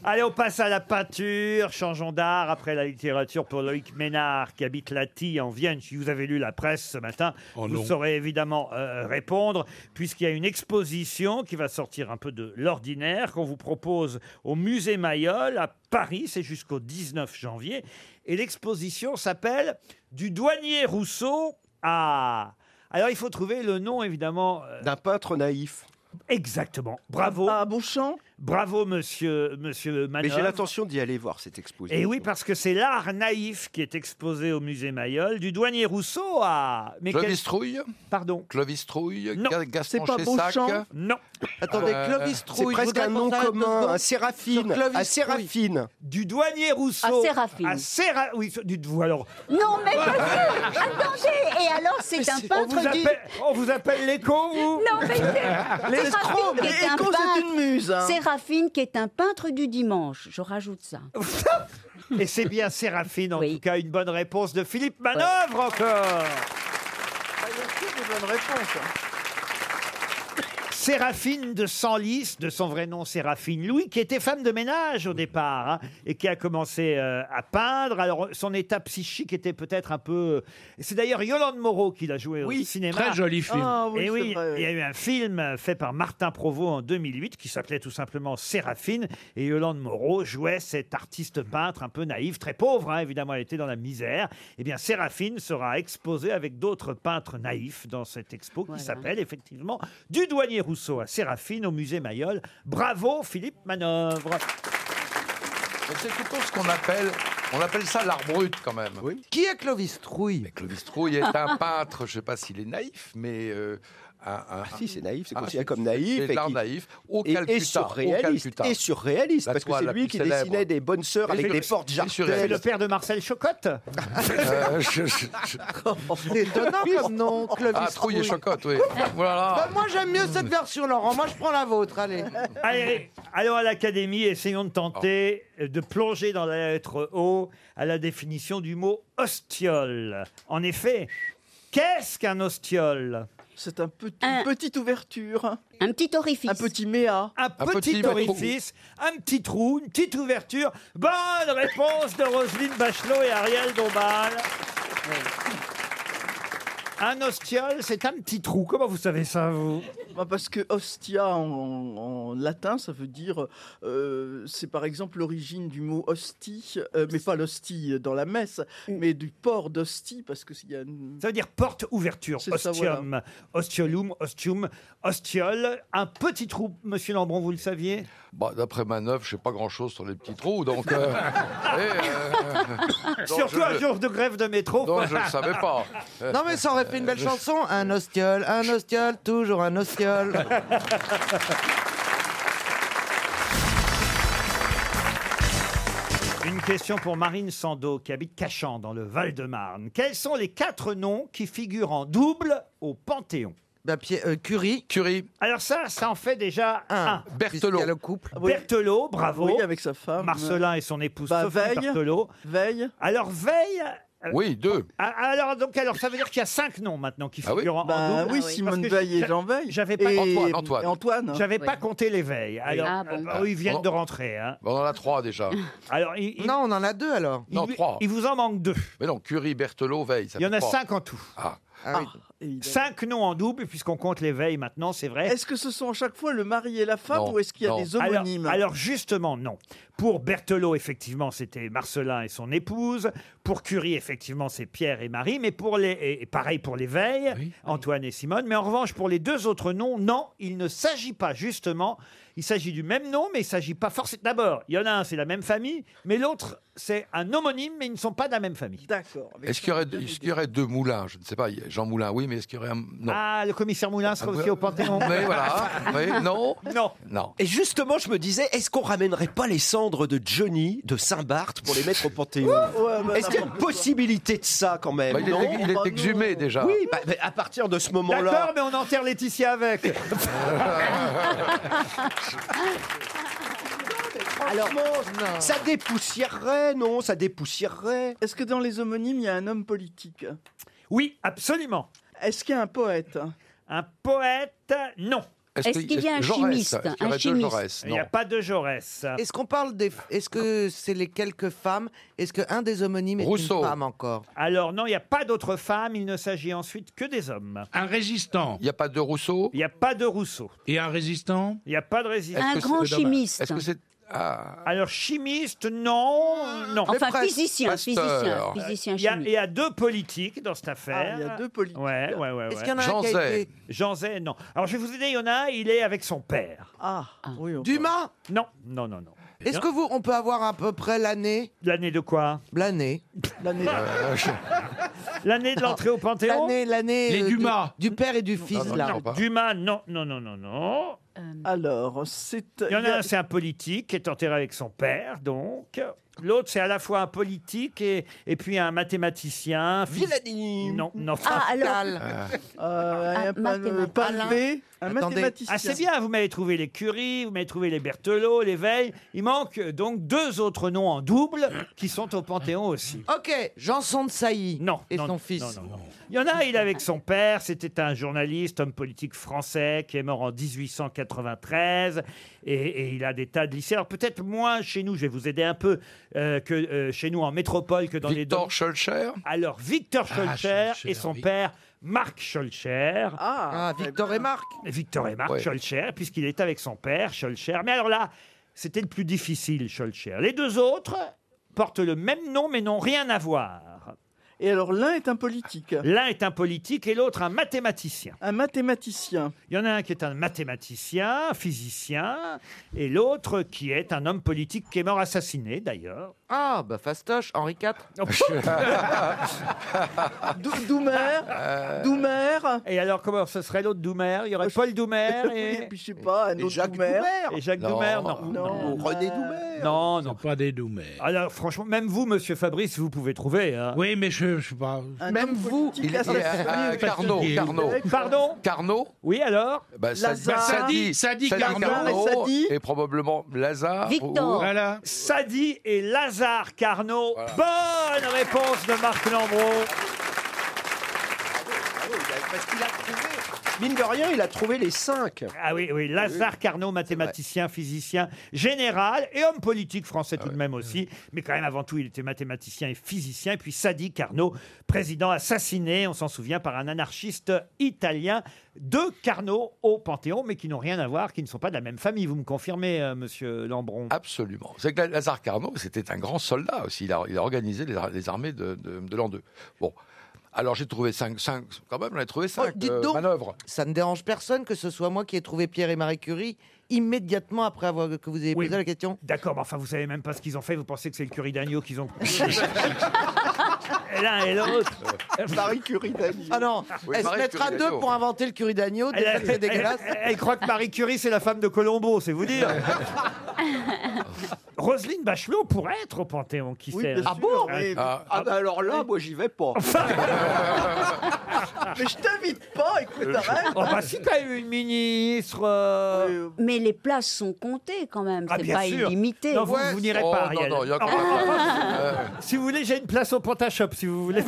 B: Allez, on passe à la peinture. Changeons d'art après la littérature pour Loïc Ménard qui habite la Tille en Vienne. Si vous avez lu la presse ce matin,
H: Oh
B: vous
H: non.
B: saurez évidemment euh, répondre puisqu'il y a une exposition qui va sortir un peu de l'ordinaire qu'on vous propose au musée Mayol à Paris. C'est jusqu'au 19 janvier. Et l'exposition s'appelle Du douanier Rousseau à... Alors il faut trouver le nom évidemment euh,
I: D'un peintre naïf.
B: exactement. Bravo.
F: Ah, Beauchamp
B: Bravo monsieur, monsieur
I: Mais j'ai
B: Manœuvre.
I: l'intention d'y aller voir cette exposition.
B: Et Eh oui, parce que c'est l'art naïf qui est exposé au musée Mayol, du douanier Rousseau à. Mais quel-
D: Clovis Trouille.
B: Pardon.
D: Clovis Trouille.
B: Non,
D: Ga-
F: c'est
D: Gaston
F: pas
D: Chessac.
F: Beauchamp.
B: Non.
C: Attendez,
D: Euh,
C: Clovis
I: C'est
C: Trouille. je
I: presque
C: voudrais
I: un nom
C: qu'on s'arrête deux secondes.
I: commun, un
C: Sur
I: séraphine.
C: Clovis
I: Un séraphine.
B: Du douanier Rousseau.
E: À Séraphine.
B: À Séra- Oui, ce- dites-vous alors.
E: Non, mais pas sûr Attendez Et alors, [laughs] c'est
B: [laughs]
E: un
B: On vous
E: peintre du...
B: appelle, on vous appelle les cons, vous
E: [laughs] Non,
B: [laughs]
E: mais c'est-
F: Les escrocs
E: Séraphine
F: Mais
E: qui est un
F: Echo, c'est
E: peintre...
F: une muse hein.
E: Séraphine qui est un peintre du dimanche. Je rajoute ça.
B: Et c'est bien Séraphine, en
E: Oui.
B: tout cas, une bonne réponse de Philippe Manœuvre encore.
F: Ah, il y a aussi des bonnes réponses, hein.
B: Séraphine de Senlis, de son vrai nom Séraphine Louis, qui était femme de ménage au départ hein, et qui a commencé euh, à peindre. Alors son état psychique était peut-être un peu. euh, C'est d'ailleurs Yolande Moreau qui l'a joué au cinéma.
H: Très joli film.
F: Ah, oui,
B: et
F: c'est
B: oui,
F: vrai, oui.
B: il y a eu un film euh, fait par Martin Provost en 2008 qui s'appelait tout simplement Séraphine et Yolande Moreau jouait cet artiste peintre un peu naïf, très pauvre hein, évidemment, elle était dans la misère. Eh bien Séraphine sera exposée avec d'autres peintres naïfs dans cette expo qui
E: Voilà.
B: s'appelle effectivement Du douanier Rousseau à Séraphine au musée Mayol. Bravo Philippe Manœuvre.
D: Mais C'est plutôt ce qu'on appelle On appelle ça l'art brut quand même.
C: Qui est Clovis Trouille
D: Clovis Trouille est un peintre, je ne sais pas s'il est naïf, mais. euh, un,
I: Ah, si, c'est naïf, c'est considéré comme naïf
D: Ah, C'est
I: et
D: de l'art
I: qui-
D: naïf. Au
I: et- et
D: Calcutta.
I: surréaliste,
D: au Calcutta.
I: et surréaliste,
D: La
I: parce que
D: toile
I: c'est
D: la
I: lui
D: plus
I: qui
D: célèbre.
I: dessinait des bonnes sœurs avec des portes jartelles.
B: C'est le père de Marcel Chocotte
D: Euh, je- je- je- [laughs]
C: C'est étonnant comme nom, Clovis
D: Ah, trouille et
C: Trouille.
D: chocotte, oui.
C: [laughs]
D: Voilà.
C: Bah, moi j'aime mieux cette version, Laurent. Moi je prends la vôtre, allez.
B: Allez, allons à l'académie, essayons de tenter
D: Oh.
B: euh, de plonger dans la lettre O à la définition du mot ostiole. En effet, qu'est-ce qu'un ostiole
F: C'est un petit- une petite ouverture.
E: Un petit orifice.
F: Un petit méa.
B: Un, petit, orifice, un petit trou, une petite ouverture. Bonne réponse de Roselyne Bachelot et Ariel Dombal. Un ostiole, c'est un petit trou. Comment vous savez ça, vous
F: Bah, parce que hostia en, en- en latin, ça veut dire. euh, c'est par exemple l'origine du mot hostie, euh, mais pas l'hostie dans la messe, mais du port d'hostie, parce que s'il y a une-
B: Ça veut dire porte ouverture,
F: C'est
B: ostium,
F: ça, voilà.
B: ostiolum, ostium, ostiole. Un petit trou, monsieur Lambron, vous le saviez
D: Bah, D'après Manœuvre, je ne sais pas grand-chose sur les petits trous, donc... euh,
H: [laughs]
C: Eh,
D: et,
B: [laughs]
D: euh, donc,
B: Surtout
D: je-
B: un jour de grève de métro.
D: Non, je ne le savais
B: [laughs]
D: pas.
C: Non mais ça aurait fait
D: [laughs]
C: une belle chanson. Un ostiole, un ostiole, toujours un
D: [laughs]
C: ostiole.
B: Une question pour Marine Sando, qui habite Cachan, dans le Val-de-Marne. Quels sont les quatre noms qui figurent en double au Panthéon
C: Curie.
D: Curie.
B: Alors ça, ça en fait déjà un.
D: Berthelot.
C: le couple.
B: Berthelot, bravo.
F: Oui, avec sa femme.
B: Marcelin et son épouse
F: Bah,
B: Sophie
F: Veil.
B: Berthelot.
F: Veille.
B: Alors Veille... euh,
D: Oui, deux.
B: Ah, Alors, donc, alors, ça veut dire qu'il y a cinq noms maintenant qui
D: Ah oui.
B: figurent en- en
F: Bah
B: double.
F: oui,
B: Parce
F: Simone
B: que
F: Veil et
B: j'a-
F: Jean Veil.
B: J'avais pas,
F: Et
D: Antoine, Antoine.
F: et Antoine.
B: j'avais pas
E: Oui.
B: compté les veilles. Alors,
E: Ah bon.
B: euh, eux, ils viennent
D: Oh.
B: de rentrer. hein.
D: Bon, on en a trois déjà.
B: Alors, il, il-
C: Non, on en a deux alors.
B: il-
D: Non, trois.
B: il vous en manque deux.
D: Mais non, Curie, Berthelot, Veil, ça
B: Il y en
D: fait
B: a
D: trois.
B: cinq en tout.
D: Ah,
C: Ah oui.
F: Et il a-
B: Cinq noms en double, puisqu'on compte les veilles maintenant, c'est vrai.
F: Est-ce que ce sont à chaque fois le mari et la femme
D: Non,
F: ou est-ce qu'il y a
D: non.
F: des
B: Alors,
F: homonymes
B: alors justement, non. Pour Berthelot, effectivement, c'était Marcelin et son épouse. Pour Curie, effectivement, c'est Pierre et Marie. Mais pour les, et et pareil pour les veilles, Antoine et Simone. Mais en revanche, pour les deux autres noms, non, il ne s'agit pas justement. Il s'agit du même nom, mais il s'agit pas forcément. D'abord, il y en a un, c'est la même famille, mais l'autre, c'est un homonyme, mais ils ne sont pas de la même famille.
F: D'accord. Avec
D: Est-ce qu'il y, aurait,
F: Jean-Pierre
D: est-ce qu'il y aurait deux moulins Je ne sais pas, il y a Jean Moulin, oui, mais est-ce qu'il y aurait un... Non.
B: Ah, le commissaire Moulin sera aussi au Panthéon.
D: Mais voilà, mais Ah, [laughs] non,
B: Non.
D: non.
I: Et justement, je me disais, est-ce qu'on ramènerait pas les cendres de Johnny de Saint-Barth pour les mettre au Panthéon
F: Ouais, bah,
I: Est-ce qu'il y a une possibilité de ça quand même
D: Bah, il,
I: non
D: est, il est
F: bah non.
D: exhumé déjà.
I: Oui, bah, bah, à partir de ce
B: D'accord,
I: moment-là.
B: mais on enterre
I: [laughs]
B: Laetitia [laughs] avec.
D: Euh.
I: Alors, ça dépoussiérerait, non Ça dépoussiérerait.
F: Est-ce que dans les homonymes, il y a un homme politique
B: Oui, absolument.
F: Est-ce qu'il y a un poète
B: Un poète, non.
E: Est-ce qu'il y a un
D: est-ce- Jaurès,
E: chimiste,
D: Est-ce qu'il y
E: un
D: aurait deux
E: chimiste
D: Jaurès
B: Il n'y a
D: Non.
B: pas de Jaurès. hein.
C: Est-ce qu'on parle des. Est-ce que c'est les quelques femmes Est-ce qu'un des homonymes est
D: Rousseau.
C: une femme encore
B: Alors non, il n'y a pas d'autres femmes, il ne s'agit ensuite que des hommes.
H: Un résistant.
D: Il n'y a pas de Rousseau
B: Il n'y a pas de Rousseau,
H: Et un résistant
B: il n'y a pas de Résistance.
D: Est-ce
E: Un
D: que
E: grand
D: c'est dommage
E: chimiste.
D: Est-ce que c'est... Ah,
B: Alors chimiste, non, non.
E: Enfin,
C: presque.
E: physicien, physicien,
D: Pasteur.
E: physicien
B: Il y, a, il
E: chimiste.
B: y a deux politiques dans cette
F: Ah,
B: affaire.
F: Il y a deux politiques.
B: Ouais, ouais, ouais.
C: Est-ce
B: ouais.
C: qu'il y en a
D: Jean
C: un qui a
D: Zay.
C: été.
B: Jean Zay, non. Alors je vais vous aider, il y en a un, il est avec son père.
F: Ah, oui. on-
C: Dumas
B: Non, non, non, non.
C: Est-ce que vous. On peut avoir à peu près l'année
B: L'année de quoi
C: L'année.
F: L'année.
D: euh, je-
B: L'année de l'entrée au Panthéon
C: L'année, l'année.
H: Les
C: euh, du-
H: Dumas.
C: Du, père et du fils,
D: non,
C: là.
D: non. pas.
B: Dumas, non, non, non, non, non.
F: Alors, c'est.
B: Il y en a un, c'est un politique qui est enterré avec son père, donc. L'autre, c'est à la fois un politique et, et puis un mathématicien. un phys- Non, non.
E: Ah, alors,
C: Tal.
F: Euh,
E: Ah,
F: un pa-
E: mathématique.
F: Palvé, un
C: Attendez.
F: mathématicien.
B: Ah, c'est bien, vous m'avez trouvé les Curie, vous m'avez trouvé les Berthelot, les Veil. Il manque euh, donc deux autres noms en double qui sont au Panthéon aussi.
C: Ok, Janson de Sailly.
B: Non.
C: Et
B: non,
C: son
B: non,
C: fils.
B: non, non, non. Il y en a, il est avec son père. C'était un journaliste, homme politique français qui est mort en 1893. Et, et il a des tas de lycées. Alors peut-être moins chez nous, je vais vous aider un peu, euh, que euh, chez nous en métropole que dans les
D: Victor
B: dom-
D: Schulcher
B: Alors, Victor Schulcher,
H: Schulcher,
B: et son
H: oui.
B: père, Marc Schulcher.
F: Ah,
C: Ah, Victor et Marc.
B: Victor et Marc
D: Ouais.
B: Schulcher, puisqu'il est avec son père, Schulcher. Mais alors là, c'était le plus difficile, Schulcher. Les deux autres portent le même nom, mais n'ont rien à voir.
F: Et alors l'un est un politique.
B: L'un est un politique et l'autre un mathématicien. Un mathématicien. Il y en a un qui est un mathématicien, physicien, et l'autre qui est un homme politique qui est mort assassiné d'ailleurs.
L: Ah, bah fastoche, Henri IV.
B: [laughs] Doumer, Doumer. Et alors comment ce serait l'autre Doumer Il y aurait Paul Doumer
F: [laughs] Oui,
B: et...
F: puis je sais pas, un
B: et
F: autre
B: Jacques
F: Doumer.
B: Doumer. Et Jacques Doumer, non.
F: Non.
B: René Doumer. Non, non. Pas des Doumer. Alors franchement, même vous, Monsieur Fabrice, vous pouvez trouver. hein.
H: Oui, mais je, je sais pas.
F: Même vous,
H: Il est- euh, Carnot,
D: Ah, Carnot,
H: Carnot.
D: Carnot.
B: Pardon
D: Carnot
B: Oui, alors
D: bah, ça,
B: Lazare.
D: Sadi,
B: Sadi,
D: Sadi,
B: Carnot.
D: Carnot,
B: Lazare et Sadi.
D: et probablement Lazare. ou-
B: Sadi et Lazare Carnot. Bonne réponse de Marc Lambron.
I: Parce qu'il a trouvé. Mine de rien, il a trouvé les cinq.
B: Ah oui, oui, Lazare Carnot, mathématicien, physicien, général et homme politique
I: Ah
B: français tout de
I: Mmh.
B: même aussi. Mais quand même, avant tout, il était mathématicien et physicien. Et puis Sadi Carnot, président assassiné, on s'en souvient, par un anarchiste italien. Deux Carnot au Panthéon, mais qui n'ont rien à voir, qui ne sont pas de la même famille. Vous me confirmez, euh, monsieur Lambron
I: Ah.
D: Absolument. C'est que Lazare Carnot, c'était un grand soldat aussi. Il a, il a organisé les, ar- les armées de, de- de l'an 2. Bon. Alors j'ai trouvé 5, quand même, on a trouvé
B: Oh,
D: 5
L: dites donc.
D: manœuvres.
L: Ça ne dérange personne que ce soit moi qui ai trouvé Pierre et Marie Curie immédiatement après avoir que vous avez posé la question.
B: D'accord, mais enfin, vous savez même pas ce qu'ils ont fait. Vous pensez que c'est le curry d'agneau qu'ils ont
I: [laughs]
B: L'un et l'autre.
F: Marie Curie d'agneau.
L: Ah non,
B: Oui,
L: elle se
B: Marie
L: mettra
B: Curie
L: deux
B: d'agneau.
L: pour inventer le curry d'agneau.
B: Elle,
L: déjà que C'est
B: elle-
L: dégueulasse.
B: elle- elle croit que Marie Curie, c'est la femme de Colombo, c'est vous
F: [laughs]
B: dire. Roselyne Bachelot pourrait être au Panthéon, qui sait.
F: bien
B: hein.
F: sûr, oui.
B: Ah,
F: Ah, bah alors là, moi j'y vais pas. [laughs] [laughs] Mais je t'invite pas, écoute, arrête.
B: Oh, bah, si t'as eu une ministre. euh,
E: Mais les places sont comptées quand même,
B: Ah,
E: c'est
B: bien
E: pas
B: sûr.
E: illimité.
B: Non, vous, vous n'irez pas,
D: Oh, non,
B: Ariel.
D: non, il y a
B: Ah,
D: encore-
B: ah, [laughs] ah, Si vous voulez, j'ai une place au Pantashop, si vous voulez.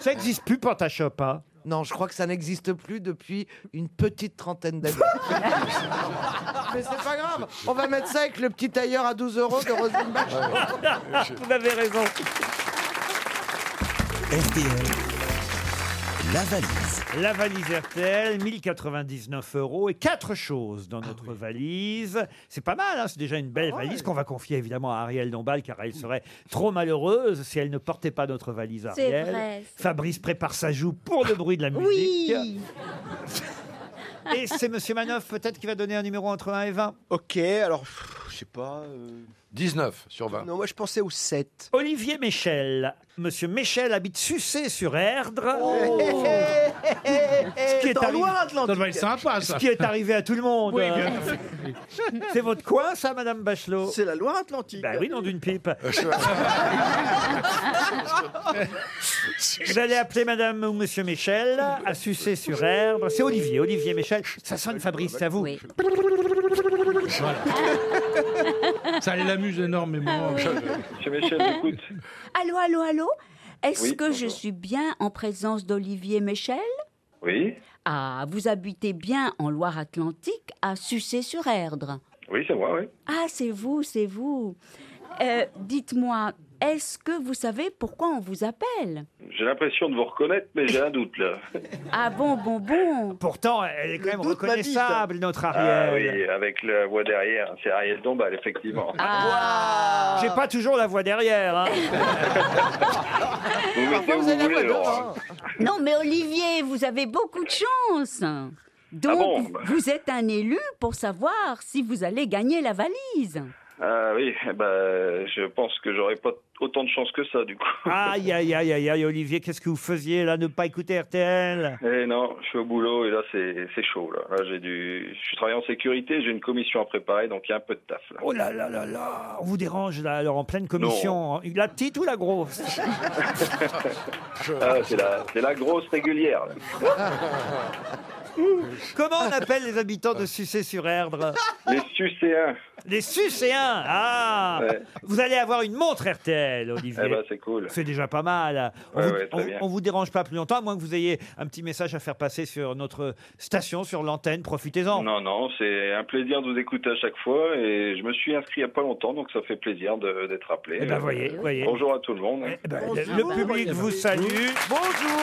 B: ça existe plus, Pantashop, hein
L: Non, je crois que ça n'existe plus depuis une petite trentaine
B: [laughs]
L: d'années. Mais c'est pas grave, on va mettre ça avec le petit tailleur à 12 euros de Roselyne Bachelot.
B: [laughs] Vous avez raison.
J: RTL, la valise.
B: La valise RTL, 1099 euros et quatre choses dans
F: Ah
B: notre valise. C'est pas mal, hein, c'est déjà une belle valise qu'on va confier évidemment à Ariel Dombal car elle serait trop malheureuse si elle ne portait pas notre valise
M: C'est
B: Ariel.
M: vrai, c'est
B: Fabrice prépare sa joue pour le bruit de la musique.
M: Oui.
B: Et [laughs] c'est Monsieur Manoff peut-être qui va donner un numéro entre 1 et 20.
I: Ok, alors, pff, je sais pas. euh,
D: 19 sur 20.
I: Non, moi je pensais aux 7.
B: Olivier Méchel. Monsieur Méchel habite Sucé sur Erdre.
I: Oh,
F: Ce
B: qui est arrivé-
H: Ça va être sympa, ça.
B: Ce qui est arrivé à tout le monde. Euh,
H: Oui, bien
B: C'est votre coin, ça, Madame Bachelot
F: C'est la Loire-Atlantique.
B: Bah oui, non d'une pipe. Vous allez appeler Madame ou Monsieur Michel à sucer sur herbe. C'est Olivier, Olivier Michel. Ça sonne Fabrice, c'est à vous.
H: Ça l'amuse énormément. Monsieur
E: Ah, Michel, j'écoute. Allô, allô, allô Est-ce
H: Oui,
E: que je suis bien en présence d'Olivier Michel
N: Oui,
E: Ah, vous habitez bien en Loire-Atlantique, à Sucé-sur-Erdre.
N: oui, c'est moi, oui.
E: Ah, c'est vous, c'est vous. Euh, Dites-moi, est-ce que vous savez pourquoi on vous appelle
N: J'ai l'impression de vous reconnaître, mais j'ai un doute là.
E: Ah bon, bon, bon.
B: Pourtant, elle est quand même reconnaissable, notre
N: Ah
B: Ariel.
N: oui, avec la voix derrière, c'est Ariel Dombal, effectivement. Ah.
B: J'ai pas toujours la voix derrière. hein.
N: Vous mettez où vous, voulez, Laurent.
E: Non, mais Olivier, vous avez beaucoup de chance. Donc,
N: Ah bon, bah.
E: vous êtes un élu pour savoir si vous allez gagner la valise.
N: Ah oui, eh ben, je pense que j'aurais pas autant de chance que ça, du coup.
B: Aïe, aïe, aïe, aïe, aïe, Olivier, qu'est-ce que vous faisiez là, ne pas écouter RTL
N: Eh non, je suis au boulot et là, c'est c'est chaud. Là, Là, j'ai dû... Je travaille en sécurité, j'ai une commission à préparer, donc il y a un peu de taf.
B: [laughs]
N: Là.
B: Oh là là là là, on vous dérange là, alors en pleine commission. La petite ou la
N: [laughs]
B: grosse
N: Ah, c'est la, c'est la grosse régulière. là.
B: [laughs] Comment on appelle les habitants de Sucé-sur-Erdre
N: Les sucéens.
B: Les Sucéens Ah
N: Ouais.
B: Vous allez avoir une montre RTL, Olivier.
N: Eh ben, c'est cool.
B: C'est déjà pas mal. On
N: Ouais,
B: vous,
N: ouais, très
B: on-
N: bien.
B: on vous dérange pas plus longtemps, à moins que vous ayez un petit message à faire passer sur notre station, sur l'antenne. Profitez-en.
N: Non, non, c'est un plaisir de vous écouter à chaque fois et je me suis inscrit il n'y a pas longtemps, donc ça fait plaisir de- d'être appelé.
B: Eh ben,
N: Euh,
B: voyez, voyez.
N: Bonjour à tout le monde.
B: Le- Le public vous salue.
C: Bonjour.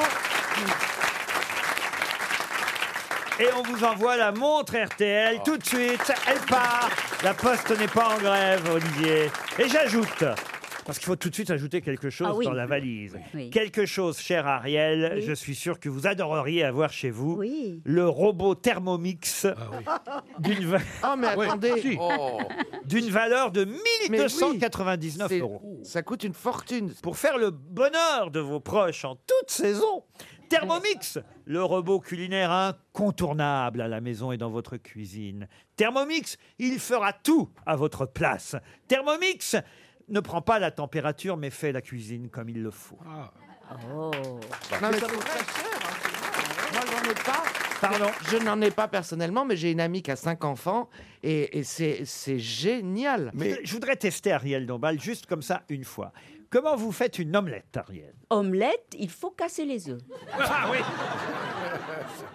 B: Et on vous envoie la montre RTL tout de suite. Elle part. La poste n'est pas en grève, Olivier. Et j'ajoute Parce qu'il faut tout de suite ajouter quelque chose
E: Ah oui.
B: dans la valise.
E: Oui.
B: Quelque chose, cher Ariel,
E: Oui.
B: je suis sûr que vous adoreriez avoir chez vous le robot Thermomix
G: Ah
B: d'une va-
L: Ah, mais Oui, attendez. si. Oh.
B: d'une valeur de
L: Mais oui.
B: 1299
L: C'est-
B: euros. Ça coûte une fortune. Pour faire le bonheur de vos proches en toute saison, Thermomix, le robot culinaire incontournable à la maison et dans votre cuisine. Thermomix, il fera tout à votre place. Thermomix ne prend pas la température mais fait la cuisine comme il le faut.
L: Ah.
B: Ah.
L: Oh.
B: Bah,
L: Non, mais ça vaut très cher, hein. Moi, j'en ai pas. Je n'en ai pas personnellement, mais j'ai une amie qui a cinq enfants et, et c'est c'est génial.
B: Mais je voudrais tester Ariel Dombal juste comme ça une fois. Comment vous faites une omelette, Ariel
E: Omelette, il faut casser les œufs.
B: Ah
D: [laughs]
B: oui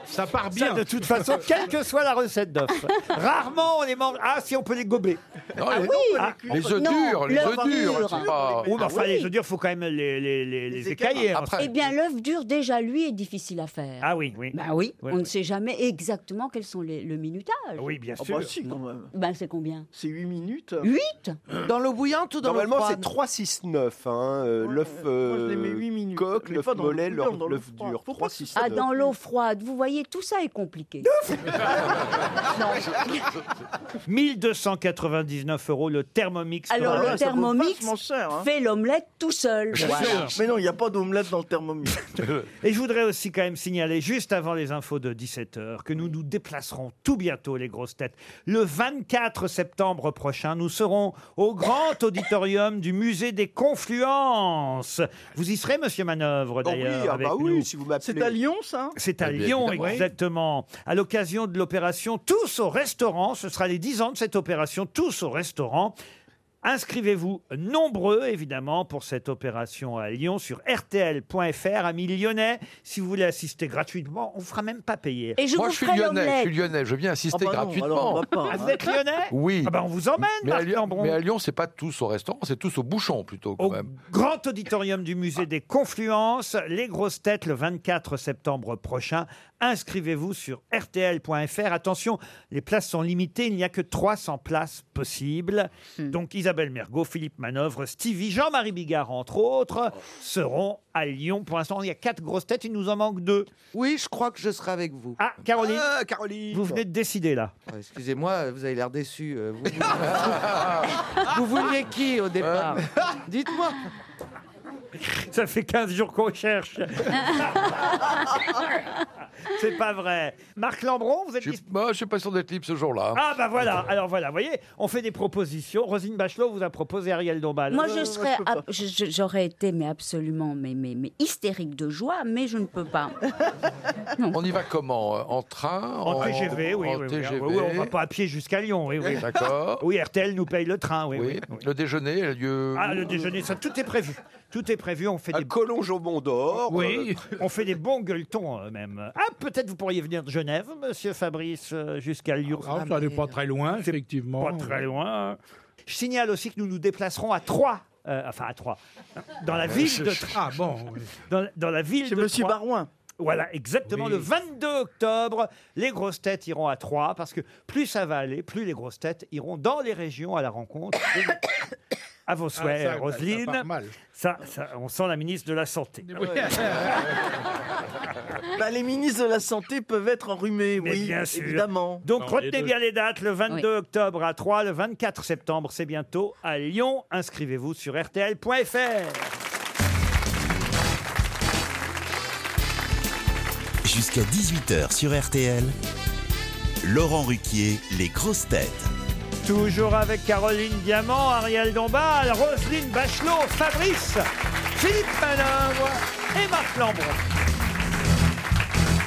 B: Ça part
E: bien.
B: de toute [laughs] façon, quelle que soit la recette d'œuf. Rarement on les mange. Ah, si on peut les gober.
D: Non, Ah les- oui. on peut les
B: Ah,
D: cuire. Les œufs Non, durs, les l'œuf œufs durs, dur. c'est pas-
B: Oui, mais
D: Ah
B: enfin,
D: oui.
B: les œufs durs, faut quand même les, les, les, les écailler. hein.
E: Eh bien, l'œuf dur, déjà, lui, est difficile à faire.
B: Ah oui, oui.
E: Bah oui,
B: Oui,
E: on ne
B: oui.
E: sait jamais exactement quels sont les, le minutage.
B: Oui, bien
F: Ah bah si, quand même.
E: Ben, c'est combien
F: C'est 8 minutes.
E: 8
L: Dans l'eau bouillante ou dans l'eau
I: Normalement, c'est
L: froide
I: 3, 6, 9. Hein. euh, l'œuf
F: les mets
I: euh,
F: huit
I: coq,
F: Mais
I: l'œuf
F: pas dans l'eau
I: mollet,
F: bouillante, dans
I: l'œuf
F: l'eau
I: l'œuf
F: froide.
I: dur. 3, 6,
E: Ah,
I: 9.
E: dans l'eau froide, vous voyez, tout ça est compliqué.
B: 1299 euros le Thermomix.
E: Alors,
B: pour la-
E: le Thermomix fait l'omelette tout seul. Voilà.
F: Mais non, il n'y a pas d'omelette dans le thermomix.
B: [laughs] Et je voudrais aussi quand même signaler, juste avant les infos de 17h, que nous nous déplacerons tout bientôt, les grosses têtes. Le 24 septembre prochain, nous serons au grand auditorium du musée des Confluences. Vous y serez, monsieur Manœuvre,
F: Oh oui,
B: d'ailleurs.
F: ah
B: avec
F: bah oui,
B: nous.
F: si vous m'appelez. C'est à Lyon,
D: hein.
F: ça
B: C'est à
F: Eh bien,
B: Lyon,
F: évidemment.
B: exactement. À l'occasion de l'opération Tous au restaurant, ce sera les 10 ans de cette opération Tous au restaurant. Inscrivez-vous nombreux, évidemment, pour cette opération à Lyon sur rtl.fr, amis lyonnais. Si vous voulez assister gratuitement, on ne fera même pas payer.
D: Et je Moi, vous je suis ferai lyonnais, l'omelette. je suis lyonnais, je viens assister Ah bah non, gratuitement. alors on va pas,
B: Ah, vous
D: hein.
B: êtes lyonnais
D: Oui.
B: Ah bah, on vous emmène,
D: mais à,
B: Marc
D: Lyon,
B: Lambron.
D: mais à Lyon, c'est pas tous au restaurant, c'est tous au bouchon plutôt quand même.
B: Grand auditorium du musée des Confluences, les grosses têtes le 24 septembre prochain. Inscrivez-vous sur rtl.fr. Attention, les places sont limitées, il n'y a que 300 places possibles. Donc Isabelle Mergot, Philippe Manœuvre, Stevie, Jean-Marie Bigard entre autres seront à Lyon. Pour l'instant, il y a quatre grosses têtes, il nous en manque deux.
L: Oui, je crois que je serai avec vous. Euh,
B: Ah, Caroline,
L: Caroline Oh,
B: vous venez de décider là.
L: Excusez-moi, vous avez l'air déçu. euh,
B: [laughs]
L: Vous, vous- vous vouliez qui au départ Dites-moi.
B: Ça fait 15 jours qu'on cherche. C'est pas vrai. Marc Lambron, vous êtes
D: Je suis, moi, je suis pas sûr d'être libre ce jour-là.
B: Ah bah voilà, alors voilà, vous voyez, on fait des propositions. Rosine Bachelot vous a proposé Ariel Dombal. Euh,
E: Moi, je serais, ab- je- je- j'aurais été, mais absolument, mais, mais, mais hystérique de joie, mais je ne peux pas.
D: On y va comment euh, En train
B: En TGV, oui, oui,
D: en
B: oui.
D: TGV.
B: Ah, oui, oui, on va pas à pied jusqu'à Lyon, oui, oui.
D: D'accord.
B: Oui, RTL nous paye le train, oui, oui.
D: Le déjeuner a lieu.
B: Ah, le déjeuner, ça, tout est prévu. Tout est prévu, on fait des...
I: Collonge au Mont d'Or.
B: Oui, [laughs] on fait des bons gueuletons euh, même. Ah, peut-être vous pourriez venir de Genève, monsieur Fabrice, euh, jusqu'à Lyon.
H: Ah, ça n'est pas très loin, effectivement.
B: Pas très loin. Je signale aussi que nous nous déplacerons à Troyes. euh, enfin, à Troyes. Dans la ville de Troyes.
H: Ah bon. oui.
B: Dans, dans la ville
H: Chez
B: de
H: Monsieur
B: Troyes.
H: Barouin.
B: Voilà, exactement.
H: Oui.
B: Le 22 octobre, les grosses têtes iront à Troyes parce que plus ça va aller, plus les grosses têtes iront dans les régions à la rencontre. des- [coughs] À vos souhaits,
H: Ah, ça, ça
B: Roselyne.
H: part mal.
B: Ça, ça, on sent la ministre de la Santé.
F: Bah, les ministres de la Santé peuvent être enrhumés,
B: Mais
F: oui,
B: bien sûr.
F: évidemment.
B: Donc retenez bien les dates, le 22 octobre à Troyes, le 24 septembre, c'est bientôt à Lyon. Inscrivez-vous sur rtl.fr.
J: Jusqu'à 18h sur RTL, Laurent Ruquier, les grosses têtes.
B: Toujours avec Caroline Diamant, Ariel Dombal, Roselyne Bachelot, Fabrice, Philippe Manœuvre et Marc Lambron.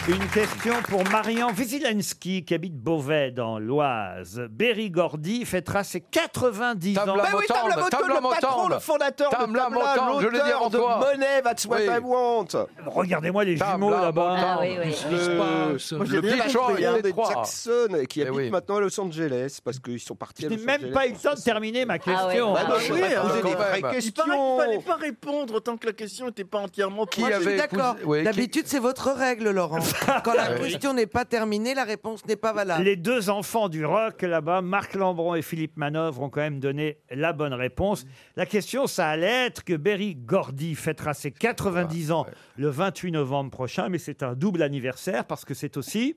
B: Une question pour Marian Wiesilenski qui habite Beauvais dans l'Oise. Berry Gordy fêtera ses 90 ans.
D: Tabla Bah oui, Tabla Motande, Motande, le Tabla patron, Motande. le fondateur de Tabla Tabla, Motande, je l'ai dit l'auteur avant de toi. Monet, That's What Oui. I
I: Want.
B: Regardez-moi les jumeaux là-bas.
I: Moi, j'ai
D: Le
I: bien
D: Pitchon,
I: compris,
D: il y en a
I: hein, des
D: trois. Eh
I: Jackson qui habitent
D: oui.
I: maintenant à Los Angeles parce qu'ils sont partis.
B: Je n'ai même pas eu le temps de terminer ma question.
I: Bah non, je
F: Oui,
I: vais pas
F: hein.
I: poser des vraies
F: Il
I: questions.
F: paraît qu'il fallait pas répondre tant que la question n'était pas entièrement
I: [laughs]
L: Moi, je suis d'accord. D'habitude, c'est votre règle, Laurent. Quand la
B: Oui.
L: question n'est pas terminée, la réponse n'est pas valable.
B: Les deux enfants du rock là-bas, Marc Lambron et Philippe Manœuvre, ont quand même donné la bonne réponse. La question, ça allait être que Berry Gordy fêtera ses 90 ans le 28 novembre prochain, mais c'est un double anniversaire parce que c'est aussi.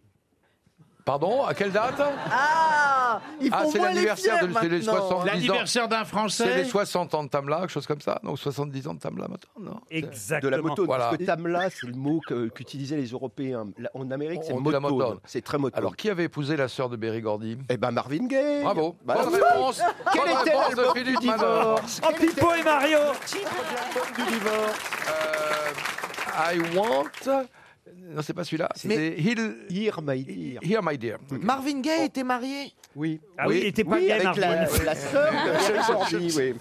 D: Pardon, à quelle date
F: Ah Il faut
D: Ah, c'est
F: moins les
D: l'anniversaire
F: fiers
D: de c'est les
F: maintenant.
D: 70 ans.
H: L'anniversaire d'un Français.
D: C'est les 60 ans de Tamla, quelque chose comme ça. Donc 70 ans de Tamla maintenant, non
B: Exactement.
I: De la moto,
D: Voilà.
I: parce que tamla, c'est le mot que- qu'utilisaient les Européens. Là, En Amérique, c'est
D: On dit la motone.
I: motone. C'est très motone.
D: Alors, qui avait épousé la sœur de Berry Gordy
I: Eh ben, Marvin Gaye.
D: Bravo.
I: Bah,
D: Bonne
I: oui.
D: réponse.
I: Quel
D: Bonne
I: était
D: réponse de
I: l'album du
D: Philippe
I: divorce
D: Manœuvre.
B: Oh, Pipo et Mario
I: du divorce.
D: Euh, I want. Non, c'est pas celui-là. C'est
L: Mais-
D: Heal-
I: Here, my dear.
D: Here, my dear.
L: Marvin Gaye
I: Oh.
L: était marié
I: Oui.
B: Ah oui, il était pas
I: Oui,
B: gay,
I: avec la,
B: Marvin.
I: la sœur
B: [laughs]
I: de Berry Gordy, oui.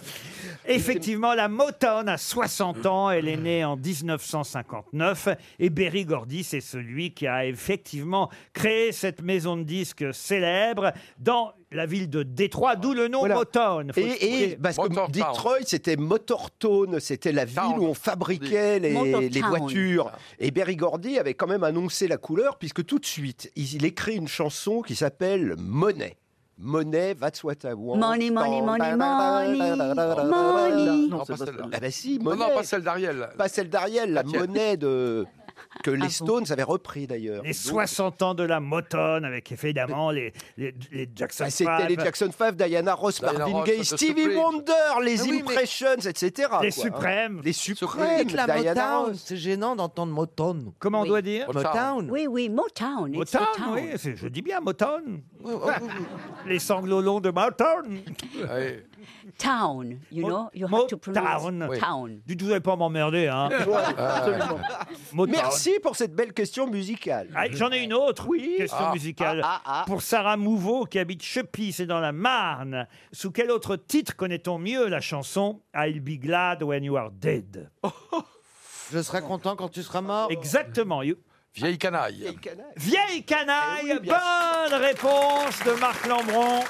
B: Effectivement, la Motown a 60 ans. Elle est née en 1959. Et Berry Gordy, c'est celui qui a effectivement créé cette maison de disques célèbre dans la ville de Détroit, d'où le nom
I: Voilà.
B: Motown. Faut
I: Et, et
B: expliquer.
I: parce que Detroit, c'était Motortown, c'était la ville où on fabriquait les,
B: Motortown.
I: les voitures. Et Berry Gordy avait quand même annoncé la couleur, puisque tout de suite, il, il écrit une chanson qui s'appelle Money. Money, that's what I want.
E: Money, money, money, money, money.
D: Non, pas celle-là.
I: Ah bah si,
D: Non,
I: Money.
D: non, pas celle d'Ariel.
I: Pas celle d'Ariel, la
D: tiens.
I: monnaie de... que
E: Ah
I: les Stones avaient repris d'ailleurs.
B: Les
I: Donc,
B: 60 ans de la Motown, avec évidemment les, les, les Jackson
I: Ah, C'était
B: Five.
I: les Jackson 5, Diana Ross,
D: Diana
I: Marvin
D: Ross,
I: Gaye,
D: The
I: Stevie
D: Supremes.
I: Wonder, les
L: Ah oui, mais-
I: Impressions, etc.
B: Les
I: quoi, hein.
B: Suprêmes.
I: Les Suprêmes,
L: la
I: Diana
L: Motown,
I: Ross.
L: c'est gênant d'entendre Motown.
B: Comment on doit dire
L: Motown.
E: Oui, oui, Motown. it's
B: Motown, oui, c'est- je dis bien Motown.
I: Oh,
B: [laughs] les sanglots longs de Motown.
I: Hmm.
D: Ouais.
E: Town, you know, you have to pronounce
B: Motown.
E: town.
B: Du tout, vous n'allez pas m'emmerder. Hein.
I: absolument.
B: Motown.
I: Merci pour cette belle question musicale.
B: Ah, J'en ai une autre question
I: Ah,
B: musicale.
I: ah, ah, ah.
B: Pour Sarah Mouveau, qui habite Chepy, c'est dans la Marne. Sous quel autre titre connaît-on mieux la chanson I'll be glad when you are dead
I: Oh,
L: Je serai content quand tu seras mort.
B: Exactement. you-
D: Vieille canaille. Eh
B: Vieille canaille Bonne réponse de Marc Lambron.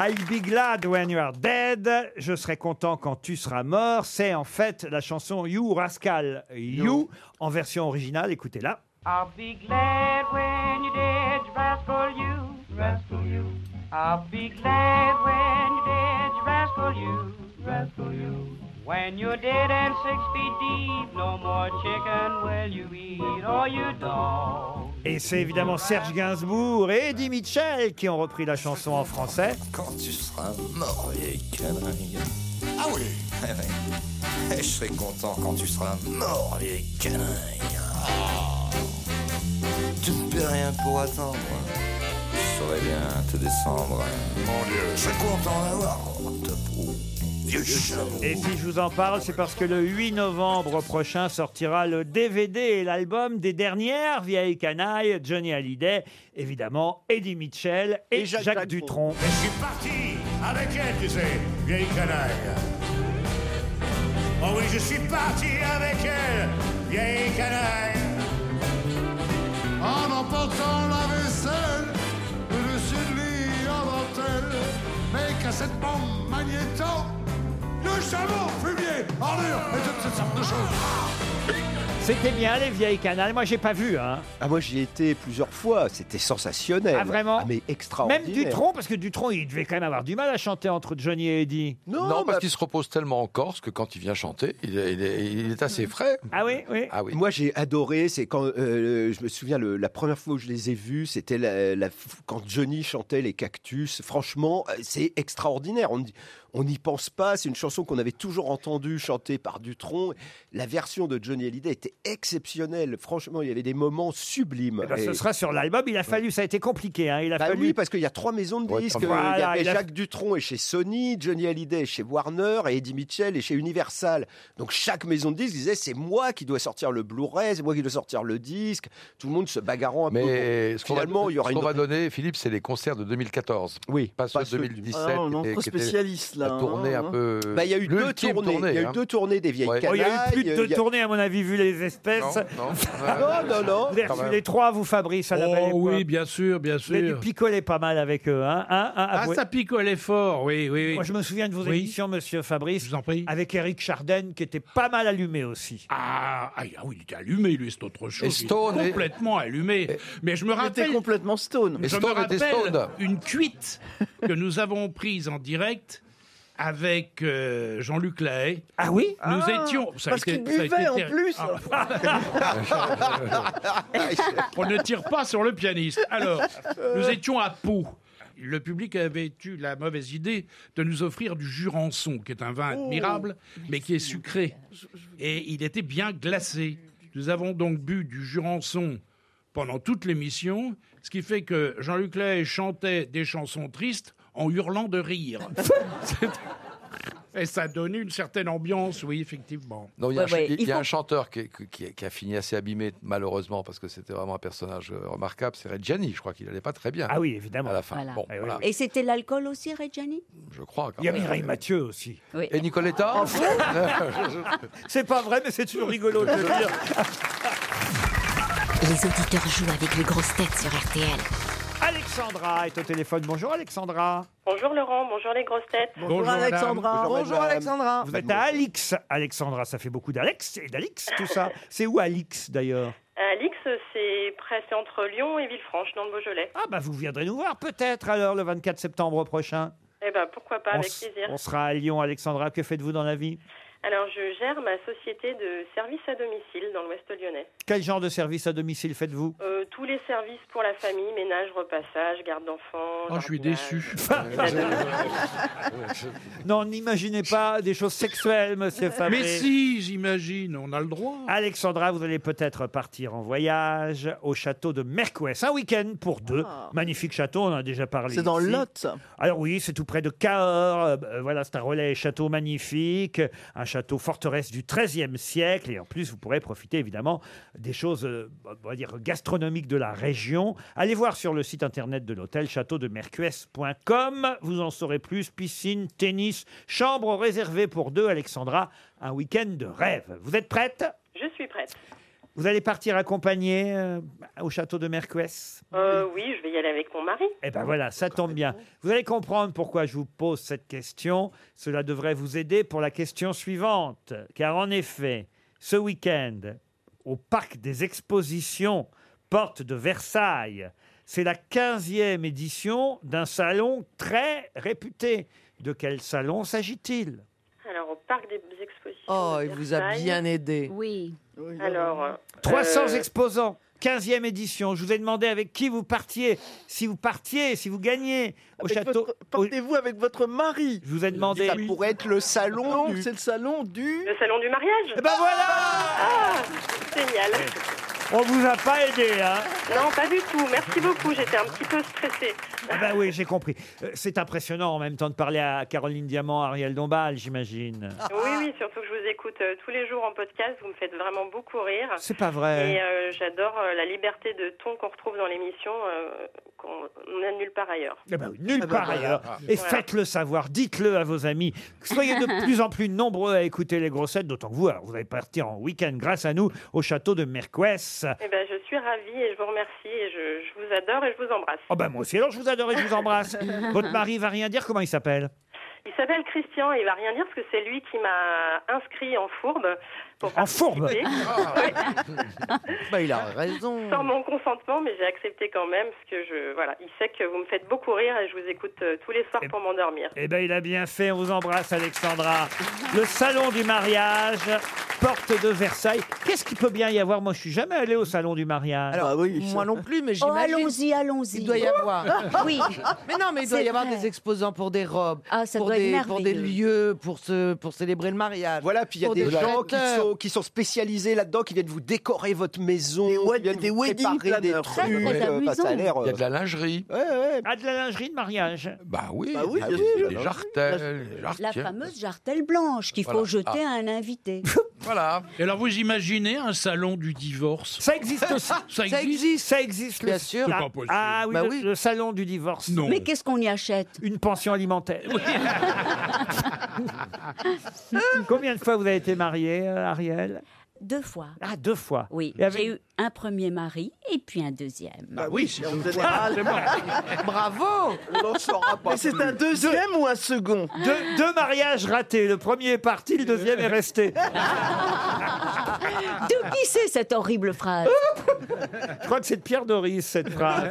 B: I'll be glad when you are dead. Je serai content quand tu seras mort. C'est en fait la chanson You Rascal You en version originale. Écoutez-la.
M: I'll be glad when you're dead, you rascal you. Rascal you. I'll be glad when you're dead, you rascal you. Rascal you. When you're dead and six feet deep, no more chicken will you eat or you dog.
B: Et c'est évidemment Serge Gainsbourg et Eddie Mitchell qui ont repris la chanson en français.
G: Quand tu seras mort, vieille canaille. Ah oui, [laughs] eh oui. Et je serai content quand tu seras mort, vieille canaille. Ah. Tu ne peux rien pour attendre. Je saurais bien te descendre. Mon Dieu, je serai content d'avoir ta peau. Vieux chameau.
B: Et si je vous en parle, c'est parce que le 8 novembre prochain sortira le DVD et l'album des dernières vieilles canailles, Johnny Hallyday, évidemment Eddie Mitchell et, Jacques, Dutronc.
O: Je suis parti avec elle, tu sais, vieille canaille. Oh oui, je suis parti avec elle, vieille canaille. En emportant la vaisselle, au-dessus de lui en dentelle. Mais qu'à cette bombe magnéto, le chameau, fumier, ordure et toutes ces sortes de choses.
B: C'était bien les vieilles canailles, moi j'ai pas vu. Hein.
I: Ah, moi, j'y étais plusieurs fois. C'était sensationnel.
B: Ah, vraiment
I: Mais
B: Même
I: extraordinaire.
B: Dutronc, parce que Dutronc, il devait quand même avoir du mal à chanter entre Johnny et Eddie.
I: Non,
D: Non,
I: bah,
D: parce qu'il se repose tellement en Corse que quand il vient chanter, il est, il est- il est
I: Hmm.
D: assez frais.
B: Ah oui, oui.
D: Ah oui.
I: Moi, j'ai adoré. C'est quand euh, je me souviens le- la première fois où je les ai vus, c'était la- la- quand Johnny chantait les cactus. Franchement, euh, c'est extraordinaire. On on n'y pense pas. C'est une chanson qu'on avait toujours entendue chantée par Dutronc. La version de Johnny Hallyday était exceptionnelle. Franchement, il y avait des moments sublimes.
B: Eh ben, ce
I: Et-
B: sera sur l'album, il a fallu, ça a été compliqué. hein, Il a
I: Bah
B: fallu
I: oui, parce qu'il y a trois maisons de
B: Ouais,
I: disques.
B: voilà,
I: il y avait
B: il a-
I: Jacques Dutronc est chez Sony, Johnny Hallyday est chez Warner et Eddie Mitchell est chez Universal. Donc chaque maison de disques disait c'est moi qui dois sortir le Blu-ray, c'est moi qui dois sortir le disque. Tout le monde se bagarrant un peu.
D: Mais
I: pour-
D: ce qu'on va,
I: Finalement, il y aura
D: ce
I: une.
D: qu'on va donner, Philippe, c'est les concerts de 2014.
I: Oui.
D: Pas ceux
I: pas
D: de
I: ceux-
D: 2017.
F: Ah non, non,
D: qui était-
F: trop
D: qui était
F: spécialiste, là,
D: La tournée
F: hein,
D: un
F: hein.
D: peu.
I: Bah, il y a eu deux
D: l'ultime
I: tournées. Il y a eu
D: hein.
I: deux tournées des vieilles
D: Ouais.
B: Oh, il y a eu plus
I: Canailles, euh,
B: de deux
I: il y a- Ah
B: tournées, à mon avis, vu les l'espèce. [laughs]
D: Non, non.
B: non, non. Vous avez
D: Quand
B: reçu
D: même.
B: les trois, vous, Fabrice, à la belle
H: Oh
B: époque.
H: oui, bien sûr, bien
B: Vous avez dû
H: sûr.
B: picoler pas mal avec eux, hein, hein, hein,
H: Ah,
B: avouez.
H: ça picolait fort, oui, oui, oui.
B: Moi, je me souviens de vos
H: Oui.
B: émissions, monsieur Fabrice. Avec Eric Charden, qui était pas mal allumé aussi.
H: Ah, ah, ah oui, il était allumé, lui, c'est autre chose.
B: Et
H: Il était
B: stone, et-
H: complètement allumé. Mais je me
F: Il était
H: rappelle.
F: complètement stone.
H: Je me rappelle une cuite que nous avons prise en direct avec euh, Jean-Luc Lahaye.
B: Ah oui
H: Nous
F: Ah,
H: étions... ça a
F: parce
H: été-
F: qu'il
H: ça a été
F: buvait en
H: terrible. Ah.
F: plus. [laughs]
H: On ne tire pas sur le pianiste. Alors, nous étions à Pau. Le public avait eu la mauvaise idée de nous offrir du Jurançon, qui est un vin
F: Oh,
H: admirable, mais qui est sucré. Et il était bien glacé. Nous avons donc bu du Jurançon pendant toute l'émission, ce qui fait que Jean-Luc Lay chantait des chansons tristes en hurlant de rire. C'est- Et ça donne une certaine ambiance, oui, effectivement.
D: Non, il y a, un, ch- il y a un chanteur qui, qui- qui- qui a fini assez abîmé, malheureusement, parce que c'était vraiment un personnage euh, remarquable. C'est Reggiani, je crois qu'il allait pas très bien.
B: Ah oui, évidemment.
D: À la fin.
E: Voilà.
D: Bon,
B: Ah.
D: voilà,
E: Et c'était l'alcool aussi, Reggiani
D: je crois. quand
B: Il y a
D: même.
B: Mireille Mathieu aussi.
E: Oui.
D: Et
I: Ah,
D: Nicoletta
B: [laughs] C'est pas vrai, mais c'est toujours rigolo de le dire.
D: [laughs]
A: Les auditeurs jouent avec les grosses têtes sur RTL.
B: Alexandra est au téléphone. Bonjour Alexandra.
P: Bonjour Laurent, bonjour les grosses têtes.
B: Vous êtes à Alix. Alexandra, ça fait beaucoup d'Alex et d'Alix, tout [laughs] ça. C'est où Alix d'ailleurs
P: Alix, c'est près, c'est entre Lyon et Villefranche, dans le Beaujolais.
B: Ah bah vous viendrez nous voir peut-être alors le 24 septembre prochain.
P: Eh ben pourquoi pas,
B: on,
P: avec
B: s-
P: plaisir.
B: on sera à Lyon, Alexandra. Que faites-vous dans la vie
P: Alors, je gère ma société de services à domicile dans l'Ouest lyonnais.
B: Quel genre de service à domicile faites-vous
P: Euh, tous les services pour la famille, ménage, repassage, garde d'enfants.
H: Oh, je
P: [laughs]
H: suis déçu.
B: [laughs] Non, n'imaginez pas des choses sexuelles, monsieur Fabrice.
H: Mais si, j'imagine, Oh. on a le droit.
B: Alexandra, vous allez peut-être partir en voyage au château de Mercouès. Un week-end pour deux.
P: Ah.
B: Magnifique château, on en a déjà parlé.
F: C'est dans le
B: ici.
F: Lot, ça.
B: Alors oui, c'est tout près de Cahors. Euh, euh, voilà, c'est un relais château magnifique. Un château forteresse du XIIIe siècle. Et en plus, vous pourrez profiter évidemment des choses, euh, on va dire, gastronomiques de la région. Allez voir sur le site internet de l'hôtel châteaudemercues.com. Vous en saurez plus. Piscine, tennis, chambre réservée pour deux. Alexandra, un week-end de rêve. Vous êtes prête
P: Je suis prête.
B: vous allez partir accompagné euh, au château de Mercues
P: Euh, oui, je vais y aller avec mon mari.
B: Eh ben voilà, ça tombe bien. Vous allez comprendre pourquoi je vous pose cette question. Cela devrait vous aider pour la question suivante. Car en effet, ce week-end, au Parc des Expositions, porte de Versailles, c'est la 15e édition d'un salon très réputé. De quel salon s'agit-il
P: Alors, au parc des expositions.
B: Oh,
P: de
B: il vous a
P: Versailles.
B: bien aidé.
E: Oui.
P: Alors. euh,
B: 300
P: euh,
B: exposants, 15e édition. Je vous ai demandé avec qui vous partiez, si vous partiez, si vous gagnez au château.
F: Partez-vous avec votre mari
B: Je vous ai demandé.
F: Ça pourrait
B: être le salon.
F: Non, c'est le salon du...
P: Le salon du mariage
B: Eh ben voilà Eh,
P: Ah, génial.
B: On vous a pas aidé, hein
P: Non, pas du tout. Merci beaucoup. J'étais un petit peu stressée.
B: Ah ben oui, j'ai compris. Euh, C'est impressionnant en même temps de parler à Caroline Diamant, Ariel Dombal, j'imagine.
P: Oui, oui, surtout que je vous écoute euh, tous les jours en podcast. Vous me faites vraiment beaucoup rire.
B: C'est pas vrai.
P: Et euh, j'adore euh, la liberté de ton qu'on retrouve dans l'émission, euh, qu'on n'a nulle part ailleurs.
B: Eh ben oui, nulle
P: Ah ben
B: part
P: voilà.
B: ailleurs. Et
P: Voilà.
B: faites-le savoir, dites-le à vos amis. Soyez de plus en plus nombreux à écouter les grossettes, d'autant que vous, alors, vous allez partir en week-end grâce à nous au château de Merquès.
P: Eh ben, je suis ravie et je vous remercie et je, je vous adore et je vous embrasse.
B: Oh ben moi aussi, alors je vous adore et je vous
P: [laughs]
B: embrasse.
E: [laughs]
B: Votre mari va rien dire, comment il s'appelle
P: Il s'appelle Christian et il va rien dire parce que c'est lui qui m'a inscrit en fourbe. Pour
B: En fourbe Ah.
P: participer.
L: Bah, il a raison.
I: Hmm.
P: Sans mon consentement, mais j'ai accepté quand même parce que je voilà, il sait que vous me faites beaucoup rire et je vous écoute euh, tous les soirs pour m'endormir.
B: Eh ben il a bien fait, on vous embrasse Alexandra. Le salon du mariage, porte de Versailles. Qu'est-ce qui peut bien y avoir Moi je suis jamais allé au salon du mariage.
L: Moi non plus, mais
E: Oh,
L: j'imagine.
E: allons-y, allons-y.
L: Il doit y avoir.
E: [laughs] Oui.
L: [laughs] Mais non, mais il doit
E: C'est
L: y avoir
E: vrai. Ah,
L: des exposants pour des robes,
E: ça
L: pour,
E: doit
L: des,
E: être
L: pour des
E: merveilleux.
L: lieux, pour, ce, pour célébrer le mariage.
I: Voilà, puis il y a
L: pour
I: des, gens qui
L: chanteurs.
I: sont, qui sont spécialisés là-dedans, qui viennent vous décorer votre maison, qui viennent
F: des
I: vous
F: wedding
I: préparer des
F: planners.
I: trucs.
F: Ça, c'est
I: euh, bah, ça a l'air,
D: Il y a de
I: euh,
D: la lingerie.
B: Ah de la lingerie de mariage
D: Bah oui,
E: Bah oui,
D: bah
E: bien
D: oui,
E: sûr.
D: des jartelles. des
E: La
D: jarretières.
E: fameuse jartelle blanche qu'il faut
H: Voilà.
E: jeter à un invité.
D: Voilà.
H: Et alors, vous imaginez un salon du divorce
B: Ça existe aussi.
H: Ça existe.
B: Ça existe.
H: Bien
B: le-
H: sûr.
B: la-
H: C'est pas possible.
B: Ah oui,
H: Bah
B: le,
H: oui.
B: le salon du divorce.
H: Non.
E: Mais qu'est-ce qu'on y achète
B: Une pension alimentaire. Combien de fois vous avez été marié, euh, Ariel
E: Deux fois.
B: Ah, deux fois.
E: Oui,
B: Et avec-
E: j'ai eu un premier mari et puis un deuxième.
B: Bah oui, c'est
F: En général.
G: [laughs]
E: Bravo
F: On n'en saura pas
E: Mais
G: Ah,
E: c'est
F: plus.
E: un
B: deuxième
F: ou un second
B: Ah, deux, deux mariages ratés. Le premier est parti, le deuxième est resté.
E: De qui c'est cette horrible phrase
B: [laughs] Je crois que c'est de Pierre Doris,
I: [laughs]
B: cette phrase.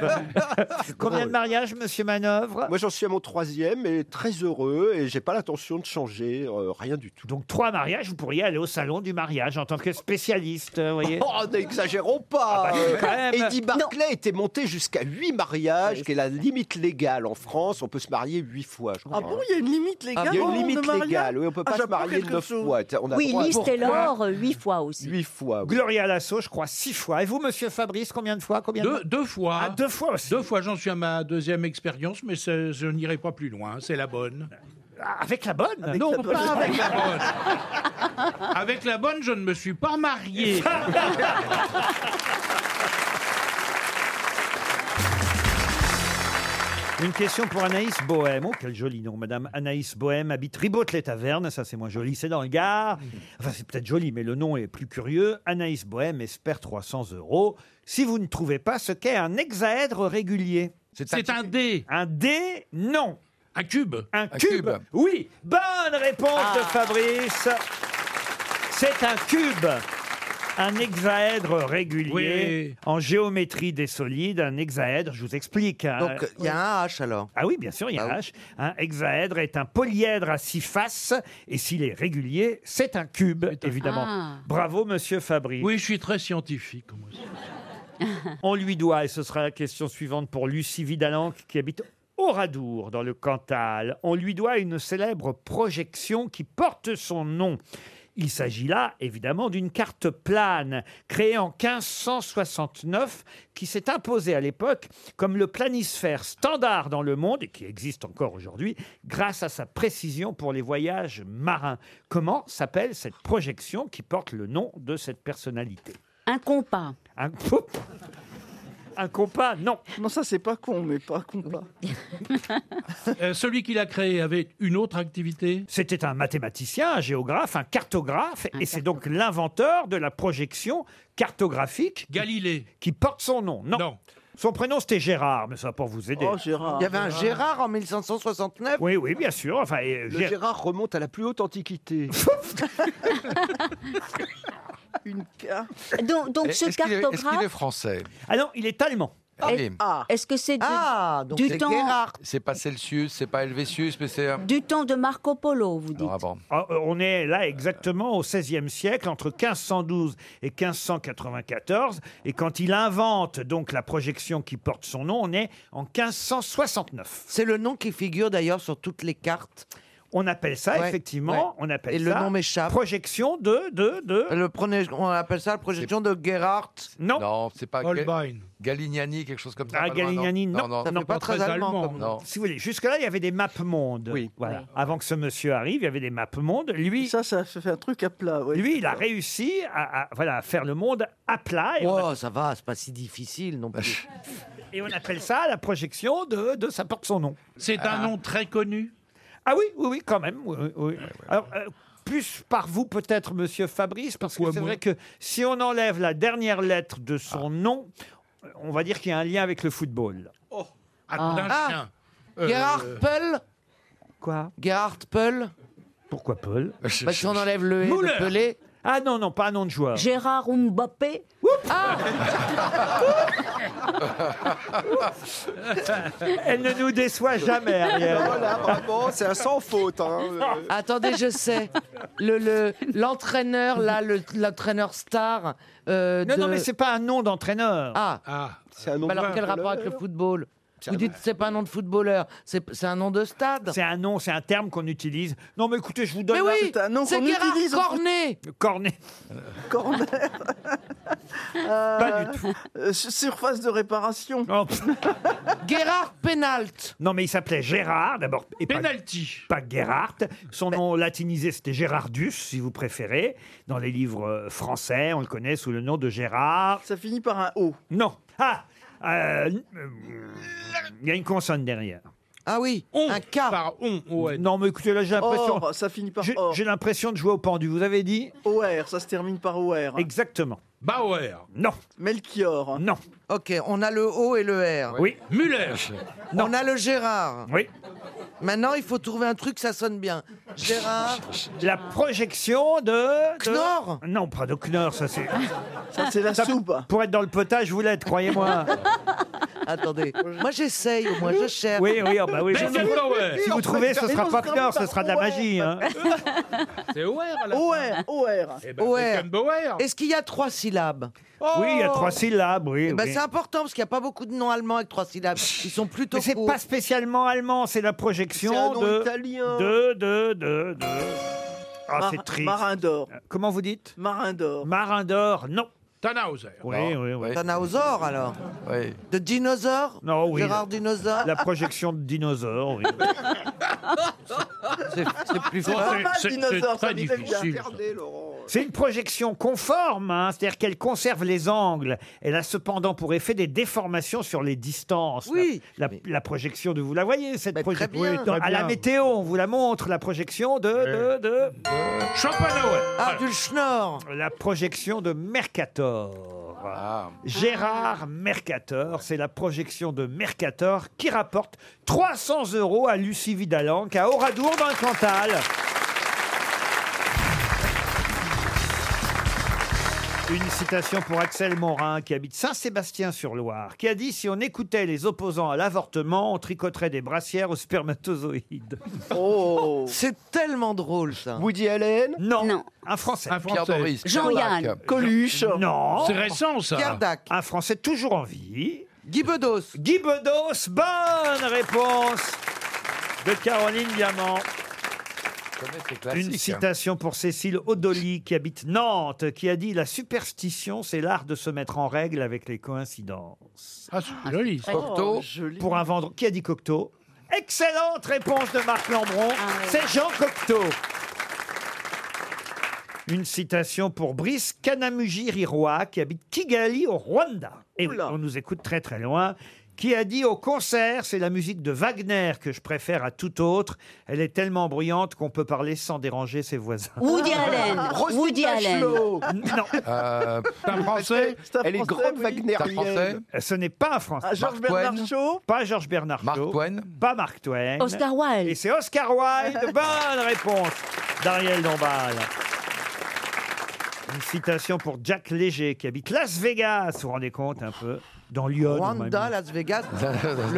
B: Combien de mariages, monsieur Manœuvre
I: Moi, j'en suis à mon troisième et très heureux et j'ai pas l'intention de changer euh, rien du tout.
B: Donc, trois mariages, vous pourriez aller au salon du mariage en tant que spécialiste, vous voyez.
I: [laughs] Oh, n'exagérons pas
B: Ah bah,
I: euh,
B: quand même.
I: Eddie Barclay était monté jusqu'à 8 mariages, qui est la limite légale en France. On peut se marier 8 fois, je crois.
F: Ah bon, il y a une limite légale
I: Il y a
F: au nombre
I: une
F: de
I: limite
F: mariages
I: légale, oui, on peut
F: Ah,
I: pas se
F: j'apprends
I: marier
F: quelque
I: 9
F: chose.
I: fois. On a
E: Oui,
I: droit à-
E: Lise Taylor, euh, huit fois aussi.
I: Huit fois. oui.
B: Gloria Lasso, je crois, six fois. Et vous, monsieur Fabrice, combien de fois combien de-
H: Deux, deux fois.
B: Ah, deux fois aussi.
H: Deux fois, j'en suis à ma deuxième expérience, mais c'est- je n'irai pas plus loin. C'est la bonne.
B: Avec la bonne
H: Non,
B: la bonne.
H: pas avec la bonne. avec la bonne, je ne me suis pas
B: [laughs]
H: marié.
B: Une question pour Anaïs Bohème. Oh, quel joli nom, madame. Anaïs Bohème habite Ribaute-les-Tavernes. Ça, c'est moins joli. C'est dans le Gard. Enfin, c'est peut-être joli, mais le nom est plus curieux. Anaïs Bohème espère 300 euros si vous ne trouvez pas ce qu'est un hexaèdre régulier.
H: C'est un dé.
B: Un dé, non.
H: Un cube.
B: Un cube, oui. Bonne réponse de Fabrice. C'est un cube. Un hexaèdre régulier
H: Oui.
B: en géométrie des solides. Un hexaèdre, je vous explique. hein.
L: Donc, il y a un H alors.
B: Ah oui, bien sûr, il y a un H. Un hexaèdre est un polyèdre à six faces, et s'il est régulier, c'est un cube, évidemment.
H: Ah.
B: Bravo, monsieur Fabrice.
H: Oui, je suis très scientifique. moi.
B: On lui doit, et ce sera la question suivante pour Lucie Vidalanc, qui habite Oradour, dans le Cantal. On lui doit une célèbre projection qui porte son nom. Il s'agit là, évidemment, d'une carte plane, créée en 1569, qui s'est imposée à l'époque comme le planisphère standard dans le monde, et qui existe encore aujourd'hui, grâce à sa précision pour les voyages marins. Comment s'appelle cette projection qui porte le nom de cette personnalité
E: Un compas.
B: un, [laughs] Poup un compas, non.
F: Non, ça, c'est pas con, mais pas compas.
H: Euh, celui qui l'a créé avait une autre activité
B: C'était un mathématicien, un géographe, un cartographe, et c'est donc l'inventeur de la projection cartographique
H: Galilée.
B: qui porte son nom. Non. Son prénom c'était Gérard, mais ça va pas vous aider.
F: Oh, Gérard.
L: Il y avait un Gérard en 1569.
B: Oui, oui, bien sûr. Enfin, euh,
I: Le
B: Gér-
I: Gérard remonte à la plus haute
B: [laughs]
I: antiquité.
E: Donc, donc ce
D: Est-ce qu'il est- est-ce qu'il est
E: cartographe,
D: français
B: Ah non, il est allemand.
D: Ah
E: est-
D: oui.
E: est-ce que c'est du,
C: Ah,
I: Ah,
D: donc
E: du
D: c'est
E: temps
D: Guérard. C'est pas Celsius, c'est pas Helvétius, mais c'est.
E: du temps de Marco Polo, vous dites
D: Alors avant.
B: Ah, euh, On est là exactement au XVIe siècle, entre 1512 et 1594, et quand il invente donc la projection qui porte son nom, on est en 1569.
L: C'est le nom qui figure d'ailleurs sur toutes les cartes.
B: On appelle ça
L: Ouais,
B: effectivement,
L: ouais.
B: on appelle
L: Et
B: ça
L: le nom m'échappe.
B: projection de de de.
L: Le proné- on appelle ça la projection de Gerhardt.
B: Non.
D: Non, c'est pas. Ga-
H: Holbein.
D: Galignani, quelque chose comme ça.
B: Ah,
D: pas loin,
B: Galignani, non,
D: non,
L: Ça
B: non,
L: fait pas très allemand. comme nom.
D: Non.
B: Si vous voulez, jusque-là, il y avait des maps mondes. Voilà. Avant que ce monsieur arrive, il y avait des maps mondes. Lui,
F: Ça, ça fait un truc à plat. ouais.
B: lui, il a réussi à, à- voilà, à faire le monde à plat. Et, on,
L: Oh, ça va, c'est pas si difficile non plus.
B: [laughs] et on appelle ça la projection de, de ça porte son nom.
H: C'est un nom très connu.
B: Ah oui, oui, oui, quand même. oui, oui, oui. Alors, euh, plus par vous peut-être, monsieur Fabrice, parce que
H: Pourquoi
B: c'est
H: moi
B: vrai que si on enlève la dernière lettre de
L: Ah.
B: son nom, euh, on va dire qu'il y a un lien avec le football.
H: Ah, d'un
L: Ah.
H: chien. Euh,
F: Euh,
L: Gerhard Pell
B: Quoi
L: Gerhard Pell
B: Pourquoi Paul
F: Euh,
L: Bah, Si on enlève le E
B: Müller.
L: de Pelé.
B: Ah non, non, pas un nom de joueur.
E: Gérard ou Mbappé
L: Ah.
B: [laughs] Elle ne nous
I: [laughs]
B: déçoit jamais, Ariel.
I: voilà, vraiment, c'est un sans faute.
B: [laughs]
I: hein.
L: Attendez, je sais. Le- le- L'entraîneur, là, le- l'entraîneur star. euh,
B: Non, non,
L: de-
B: mais c'est pas un nom d'entraîneur.
L: Ah,
H: Ah,
I: C'est un nom
L: bah alors quel rapport avec le football Vous dites que c'est pas un nom de footballeur, c'est c'est un nom de stade.
B: C'est un nom, c'est un terme qu'on utilise. Non, mais écoutez, je vous donne
L: Mais oui,
F: c'est un nom
L: c'est
F: qu'on
L: Gérard
F: utilise au foot.
L: Cornet.
B: le cornet.
F: Corner. Euh,
B: Pas du tout.
F: euh, su- surface de réparation.
H: [laughs]
B: Oh, pff.
L: Gérard Pénalt.
B: non, mais il s'appelait Gérard, d'abord, et pas,
H: Penalty.
B: pas Gerhardt. Son nom latinisé, c'était Gérardus, si vous préférez. Dans les livres euh, français, on le connaît sous le nom de Gérard.
F: Ça finit par un O.
B: Non. Ah euh, euh, Il y a une consonne derrière.
L: Ah oui,
H: un K. Par on, ouais.
B: Non, mais écoutez, là, j'ai l'impression.
F: Or, Oh, ça finit par
B: J'ai-
F: or.
B: J'ai l'impression de jouer au pendu. Vous avez dit
F: OR, ça se termine par OR.
B: Exactement.
H: Bauer.
B: Non.
F: Melchior.
B: Non.
L: Ok, on a le O et le R.
B: Oui.
H: Muller.
L: On a le Gérard.
B: Oui.
L: Maintenant, il faut trouver un truc, ça sonne bien. Gérard.
B: La projection de. de-
L: Knorr
B: Non, pas de Knorr, ça c'est.
L: Ça, c'est la
B: soupe. Pour être dans le potage, vous
F: [laughs]
B: l'êtes, croyez-moi.
L: Attendez. Moi, j'essaye, au moins, je cherche.
B: Oui, oui, ah bah oui. Si vous trouvez, ce sera pas Knorr, ce sera de la magie. hein.
H: [laughs] C'est OR à la fin.
F: OR, OR.
H: Eh ben, Oh.
L: OR.
H: Beckenbauer.
L: Est-ce qu'il y a trois syllabes
B: Oui, il y a trois syllabes, oui.
L: Eh ben,
B: oui.
L: C'est important parce qu'il n'y a pas beaucoup de noms allemands avec trois syllabes. Ils sont plutôt.
B: Mais c'est
L: courts.
B: pas spécialement allemand, c'est la projection
L: C'est un nom
B: de.
L: italien.
B: De, de, de, de. Ah,
F: Mar-
B: c'est triste. Euh,
F: Marin d'or.
B: Comment vous dites
F: Marin d'or.
B: Marin d'or, non.
H: Tannhauser.
B: Oui,
L: Non.
B: oui, oui.
L: Dinosaure, alors
D: Oui.
L: De dinosaure
B: Non, oui.
L: Gérard Dinosaure
B: La projection de dinosaures, oui.
L: [laughs] C'est plus
B: C'est
L: fort.
B: pas mal,
H: Oh, C'est-
B: dinosaure,
H: c'est
B: ça
H: très
B: disait bien.
H: difficile.
B: C'est une projection conforme, hein, c'est-à-dire qu'elle conserve les angles. Elle a cependant pour effet des déformations sur les distances.
L: Oui.
B: La, la- la projection de vous la voyez cette projection.
L: bien. Oui, très
B: à la
L: bien.
B: météo, on vous la montre la projection de de de.
H: Schopenhauer.
L: Ah, du schnorr.
B: La projection de Mercator.
L: Ah.
B: Gérard Mercator, c'est la projection de Mercator qui rapporte 300 euros à Lucie Vidalanque à Oradour dans le Cantal. Une citation pour Axel Morin, qui habite Saint-Sébastien-sur-Loire, qui a dit Si on écoutait les opposants à l'avortement, on tricoterait des brassières aux spermatozoïdes.
C: [laughs]
F: Oh
L: C'est tellement drôle, ça.
I: Woody Allen
B: Non. Un Français.
H: Un Français. Pierre Doris.
L: Jean-Yann.
B: Colac.
F: Coluche.
B: Non.
H: C'est récent, ça.
L: Pierre Dac.
B: Un Français toujours en vie.
L: Guy Bedos.
B: Guy Bedos. Bonne réponse de Caroline Diamant.
D: Je connais ces
B: Une
D: classiques, hein.
B: citation pour Cécile Odoli, qui habite Nantes, qui a dit La superstition, c'est l'art de se mettre en règle avec les coïncidences.
H: Ah, c'est joli. ça.
D: Cocteau.
B: Pour un vendre. Qui a dit Cocteau
Q: hein.
B: Excellente réponse de Marc Lambron. C'est Jean Cocteau. Une citation pour Brice Kanamugiriroa, qui habite Kigali au Rwanda. Et oui, on nous écoute très très loin. Qui a dit au concert, c'est la musique de Wagner que je préfère à toute autre. Elle est tellement bruyante qu'on peut parler sans déranger ses voisins.
E: Woody
C: Ah. [laughs]
E: Allen. Woody Allen.
B: Non.
H: C'est un Français.
F: Euh, C'est un
I: Elle est
F: Français,
I: grande
F: oui.
I: Wagnerienne.
D: C'est un Français
B: Euh, Ce n'est pas un Français.
F: Ah, Georges
D: Mark Twain.
F: Bernard Shaw.
B: Pas Georges Bernard Mark
D: Twain.
B: Pas Mark Twain.
E: Oscar Wilde.
B: Et c'est
F: [laughs]
B: Oscar Wilde. Bonne réponse d'Ariel Dombal. Une citation pour Jack Léger qui habite Las Vegas. Vous vous rendez compte un peu Dans Lyon. on m'a
L: Rwanda,
B: mis.
L: Las
Q: [laughs]
L: Vegas.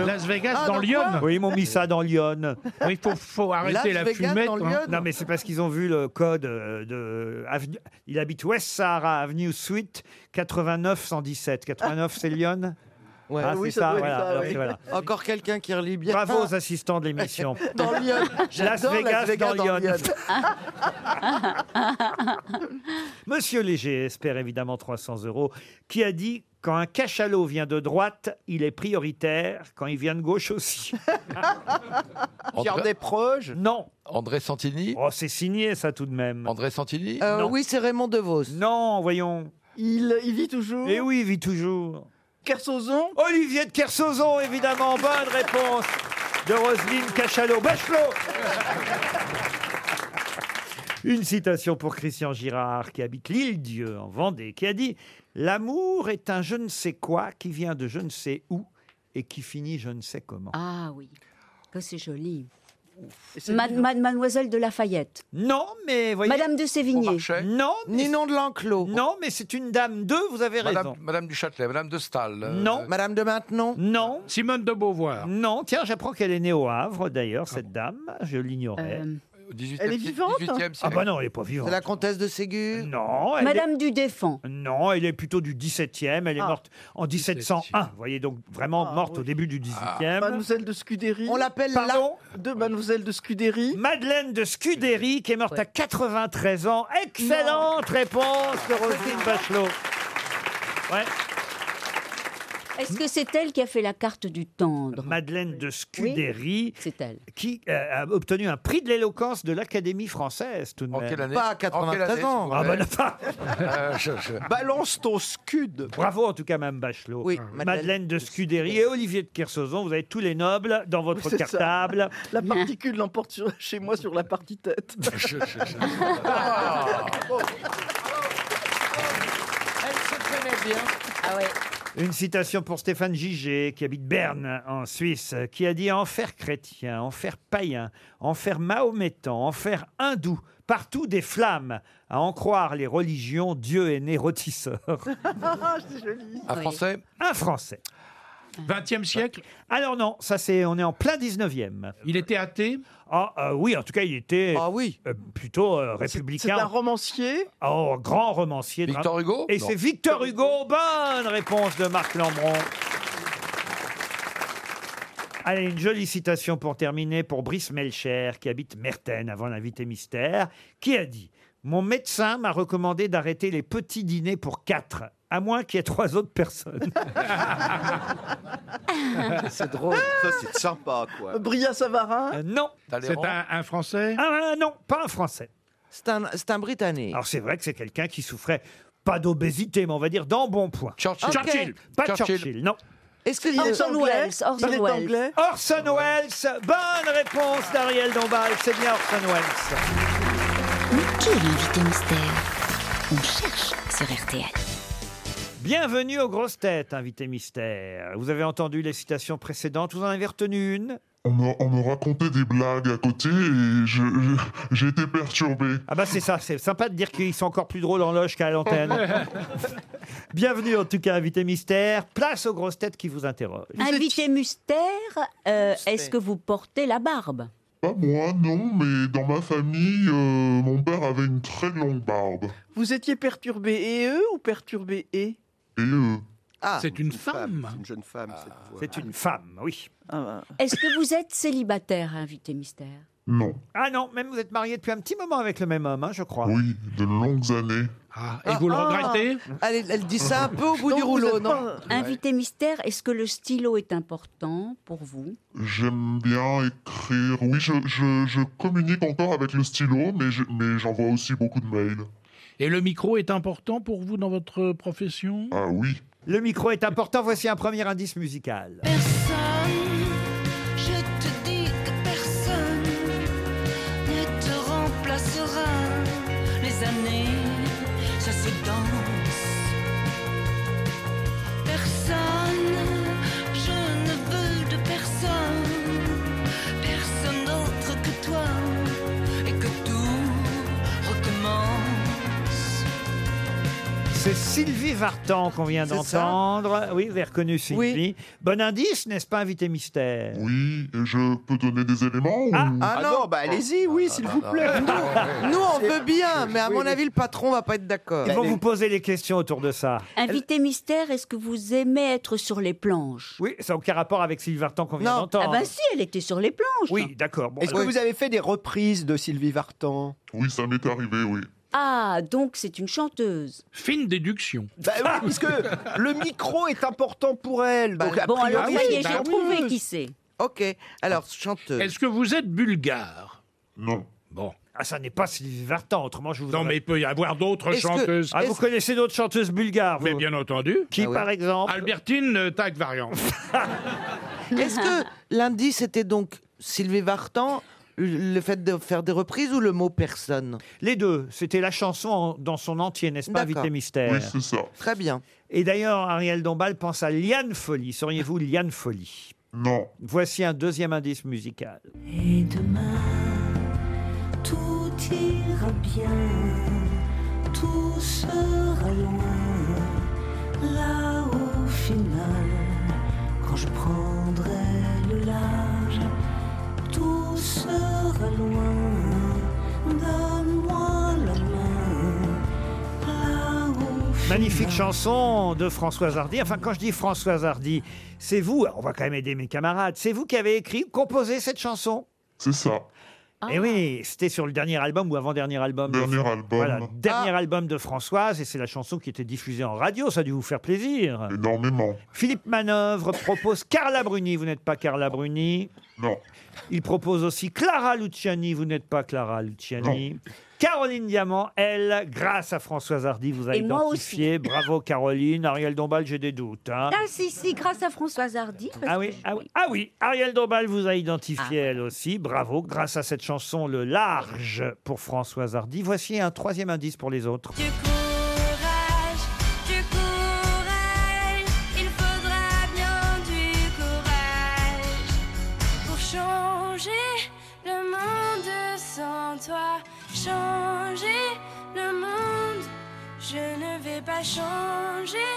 H: Las Vegas
L: Ah,
H: dans
L: dans
H: Lyon.
B: Oui, ils m'ont mis ça dans Lyon.
H: Il faut, faut arrêter
L: Las
H: la
L: Vegas
H: fumette.
L: dans Lyon.
H: hein.
B: Non, mais c'est parce qu'ils ont vu le code euh, de. avenue- Il habite West Sahara Avenue Suite 89 117. 89, c'est Lyon
L: Ouais.
B: Ah,
F: Oui,
B: c'est
F: ça doit
B: ça,
F: être
B: voilà.
F: ça,
B: Alors,
F: oui.
B: c'est voilà.
L: Encore quelqu'un qui relit bien.
B: Bravo aux assistants de l'émission.
L: [laughs] Dans Lyon.
B: Las
L: J'adore
B: Vegas, dans
L: dans
B: Lyon.
L: Lyon.
G: [laughs]
B: Monsieur Léger espère évidemment 300 euros, qui a dit quand un cachalot vient de droite, il est prioritaire, quand il vient de
L: [laughs]
B: gauche aussi.
I: Pierre
D: André,
I: Desproges
B: Non.
D: André Santini.
B: Oh, c'est signé ça tout de même.
D: André Santini.
L: Euh,
B: Non.
L: oui, c'est Raymond DeVos.
B: Non, voyons.
F: Il, il vit toujours.
B: Et Eh oui, il vit toujours.
F: Kersozon.
B: Olivier de Kersauzon, évidemment, bonne réponse de Roselyne Cachalot. Bachelot Une citation pour Christian Girard, qui habite l'île Dieu, en Vendée, qui a dit « L'amour est un je ne sais quoi qui vient de je ne sais où et qui finit je ne sais comment
E: [laughs] Ah oui, que c'est joli.
F: Et c'est
E: Ma-
F: mignon.
E: ma- Mademoiselle de Lafayette. ».
B: Non, mais voyez...
E: Madame de Sévigné.
B: Non, mais,
L: Ninon de l'Enclos.
B: non, mais c'est une dame d'eux, vous avez raison.
D: Madame, Madame du Châtelet, Madame de Stahl. euh,
B: Non.
L: Madame de Maintenon.
B: Non,
H: Simone de Beauvoir. Ah
B: non, tiens, j'apprends qu'elle est née au Havre, d'ailleurs, cette dame, je l'ignorais.
E: Euh,
D: au 18e,
F: Elle est vivante
D: 18e siècle.
B: Ah bah non, elle n'est pas vivante.
L: C'est la comtesse de Ségur.
B: Non, elle est-
E: Madame du Défend.
B: Non, elle est plutôt du 17e. Elle est
F: Ah.
B: morte en 1701. Vous voyez, donc vraiment
F: Ah,
B: morte
F: oui.
B: au début du 18e.
F: Mademoiselle de Scudéry.
L: On l'appelle la...
B: Pardon
F: De Mademoiselle
L: [laughs]
F: de Scudéry.
B: Madeleine de Scudéry, qui est morte à 93 ans. Excellente réponse de Roselyne Bachelot. Ouais.
E: Est-ce que c'est elle qui a fait la carte du tendre
B: Madeleine de Scudéry, qui euh, a obtenu un prix de l'éloquence de l'Académie française tout de même.
D: quelle année Pas à En quelle 93 année, ans. s'il vous
B: Ah,
D: plaît. Euh,
B: bah, pas- Balance ton scud. Bravo en tout cas, Mme Bachelot.
F: Oui,
B: Madeleine, de Scudéry et Olivier de Kersauzon, vous avez tous les nobles dans votre
F: C'est ça.
B: cartable.
F: La particule l'emporte sur- chez moi sur la partie tête. [laughs]
D: Ah.
Q: Elle se connaît bien. Ah ouais.
B: Une citation pour Stéphane Gigé, qui habite Berne, en Suisse, qui a dit Enfer chrétien, enfer païen, enfer mahométan, enfer hindou, partout des flammes. À en croire les religions, Dieu est né rôtisseur.
F: Ah, c'est joli.
B: Un Français.
H: 20e siècle
B: Alors non, ça c'est, on est en plein 19e.
H: Il était athée
B: Ah euh, oui, en tout cas il était euh, plutôt euh, républicain.
F: Ah C'est un romancier
B: Oh, grand romancier. de-
F: Victor Hugo
B: Et
F: Non.
B: c'est Victor Hugo. Bonne réponse de Marc Lambron. Allez, une jolie citation pour terminer pour Brice Melcher, qui habite Merten, avant l'invité mystère, qui a dit « Mon médecin m'a recommandé d'arrêter les petits dîners pour quatre, à moins qu'il y ait trois autres personnes.
I: C'est drôle. Ça, c'est sympa, quoi.
F: Bria Savarin
B: Euh, Non.
H: C'est un, un Français
B: Ah non, pas un Français.
C: C'est un, c'est un Britannique.
B: Alors c'est vrai que c'est quelqu'un qui souffrait pas d'obésité, mais on va dire d'embonpoint.
C: Churchill. Ok.
B: Pas
C: Churchill.
B: Churchill, non.
C: Est-ce
E: qu'il est Orson anglais Welles, Orson
B: Il est
E: Welles.
B: anglais Orson Welles. Bonne réponse d'Ariel Dombal. C'est bien Orson Welles.
R: Mais qui est l'invité mystère On cherche sur RTL.
B: Bienvenue aux grosses têtes, invité mystère. Vous avez entendu les citations précédentes, vous en avez retenu une
S: On me, on me racontait des blagues à côté et je- je- j'ai été perturbé.
B: Ah bah c'est ça, c'est sympa de dire qu'ils sont encore plus drôles en loge qu'à l'antenne. Bienvenue en tout cas, invité mystère. Place aux grosses têtes qui vous interrogent.
E: Invité mystère, euh, est-ce que vous portez la barbe
S: Pas moi, non, mais dans ma famille, euh, mon père avait une très longue barbe.
F: Vous étiez perturbé et eux ou perturbé et
S: Et euh,
F: Ah,
H: C'est une femme.
I: C'est une jeune femme, cette voix.
B: C'est une femme, oui.
C: Ah bah.
E: Est-ce que vous êtes célibataire, invité mystère
S: non.
B: Ah non, même vous êtes marié depuis un petit moment avec le même homme, hein, je crois.
S: Oui, de longues années. Ah,
B: et vous le regrettez
C: Ah. elle, elle dit ça un peu au bout
E: Donc
C: du
E: vous
C: rouleau,
E: êtes
C: non
E: pas- Invité mystère, est-ce que le stylo est important pour vous
S: ah. J'aime bien écrire. Oui, je, je- je communique encore avec le stylo, mais je- mais j'envoie aussi beaucoup de mails.
H: Et le micro est important pour vous dans votre profession
S: Ah oui.
B: Le micro est important, voici un premier indice musical.
G: Personne, je te dis que personne ne te remplacera. Les années, ça se danse. Personne, je ne veux de personne, personne d'autre que toi, et que tout recommence.
B: C'est Sylvie Vartan qu'on vient
S: C'est
B: d'entendre. Oui, vous avez reconnu Sylvie. Bon indice, n'est-ce pas, invité mystère
S: Oui, et je peux donner des éléments ou- Ah,
C: Ah non, bah allez-y, oui,
B: Ah.
C: s'il vous plaît. Nous, nous, on veut bien, mais à
B: Oui,
C: mon
B: oui.
C: avis, le patron va pas être d'accord.
B: Ils vont vous poser les questions autour de ça.
E: Invité mystère, est-ce que vous aimez être sur les planches
B: Oui, ça n'a aucun rapport avec Sylvie Vartan qu'on vient
E: Ah
B: d'entendre.
E: bah si, elle était sur les planches.
B: Oui, d'accord.
I: Est-ce que vous avez fait des reprises de Sylvie Vartan
S: Oui, ça m'est arrivé, oui.
E: Ah, donc c'est une chanteuse.
H: Fine déduction.
I: Bah oui,
C: [laughs]
I: parce que le micro est important pour elle. Donc, a
E: bon,
I: priori-
E: alors ça y est, j'ai
I: bah oui.
E: trouvé qui c'est.
C: Ok, alors,
B: [laughs]
C: chanteuse.
H: Est-ce que vous êtes bulgare
S: Non.
H: Bon.
B: Ah, ça n'est pas Sylvie Vartan, autrement je vous
H: Non, mais il peut y avoir d'autres
B: Est-ce que-
H: chanteuses.
B: Ah, vous connaissez d'autres chanteuses bulgares
H: Mais bien entendu.
B: Qui, Ah oui. par exemple
H: Albertine euh, Tac Variant.
C: Est-ce que l'indice était donc Sylvie Vartan, le fait de faire des reprises ou le mot personne
B: Les deux. C'était la chanson en- dans son entier, n'est-ce pas,
C: D'accord.
B: Invité Mystère
C: Oui, c'est
S: ça.
C: Très bien.
B: Et d'ailleurs, Ariel Dombal pense à Liane Folly. Seriez-vous Liane Folly
S: Non.
B: Voici un deuxième indice musical.
G: Et demain, tout ira bien, tout sera loin. Là au final, quand je prendrai le large, tout sera loin. Donne-moi la main. Là au final.
B: Magnifique chanson de Françoise Hardy. Enfin, quand je dis Françoise Hardy, c'est vous, on va quand même aider mes camarades, c'est vous qui avez écrit, composé cette chanson
S: C'est ça.
B: Et oui, c'était sur le dernier album ou avant-dernier album. de
S: Dernier
B: Fran-
S: album. Ah.
B: Voilà, dernier album de Françoise, et c'est la chanson qui était diffusée en radio, ça a dû vous faire plaisir.
S: Énormément.
B: Philippe Manœuvre propose Carla Bruni, vous n'êtes pas Carla Bruni.
S: Non.
B: Il propose aussi Clara Luciani, vous n'êtes pas Clara Luciani. Caroline Diamant, elle, grâce à Françoise Hardy, vous a
E: Et moi
B: identifié. Bravo Caroline. Ariel Dombal, j'ai des doutes. hein.
E: Ah si, si, grâce à Françoise Hardy. parce
B: Ah
E: que
B: oui,
E: je- Ah.
B: ah oui, ah oui, Ariel Dombal vous a identifié elle aussi. Bravo, grâce à cette chanson, le large pour Françoise Hardy. Voici un troisième indice pour les autres.
T: courage, du courage, il faudra bien du courage pour changer le monde sans toi, changer le monde. Je ne vais pas changer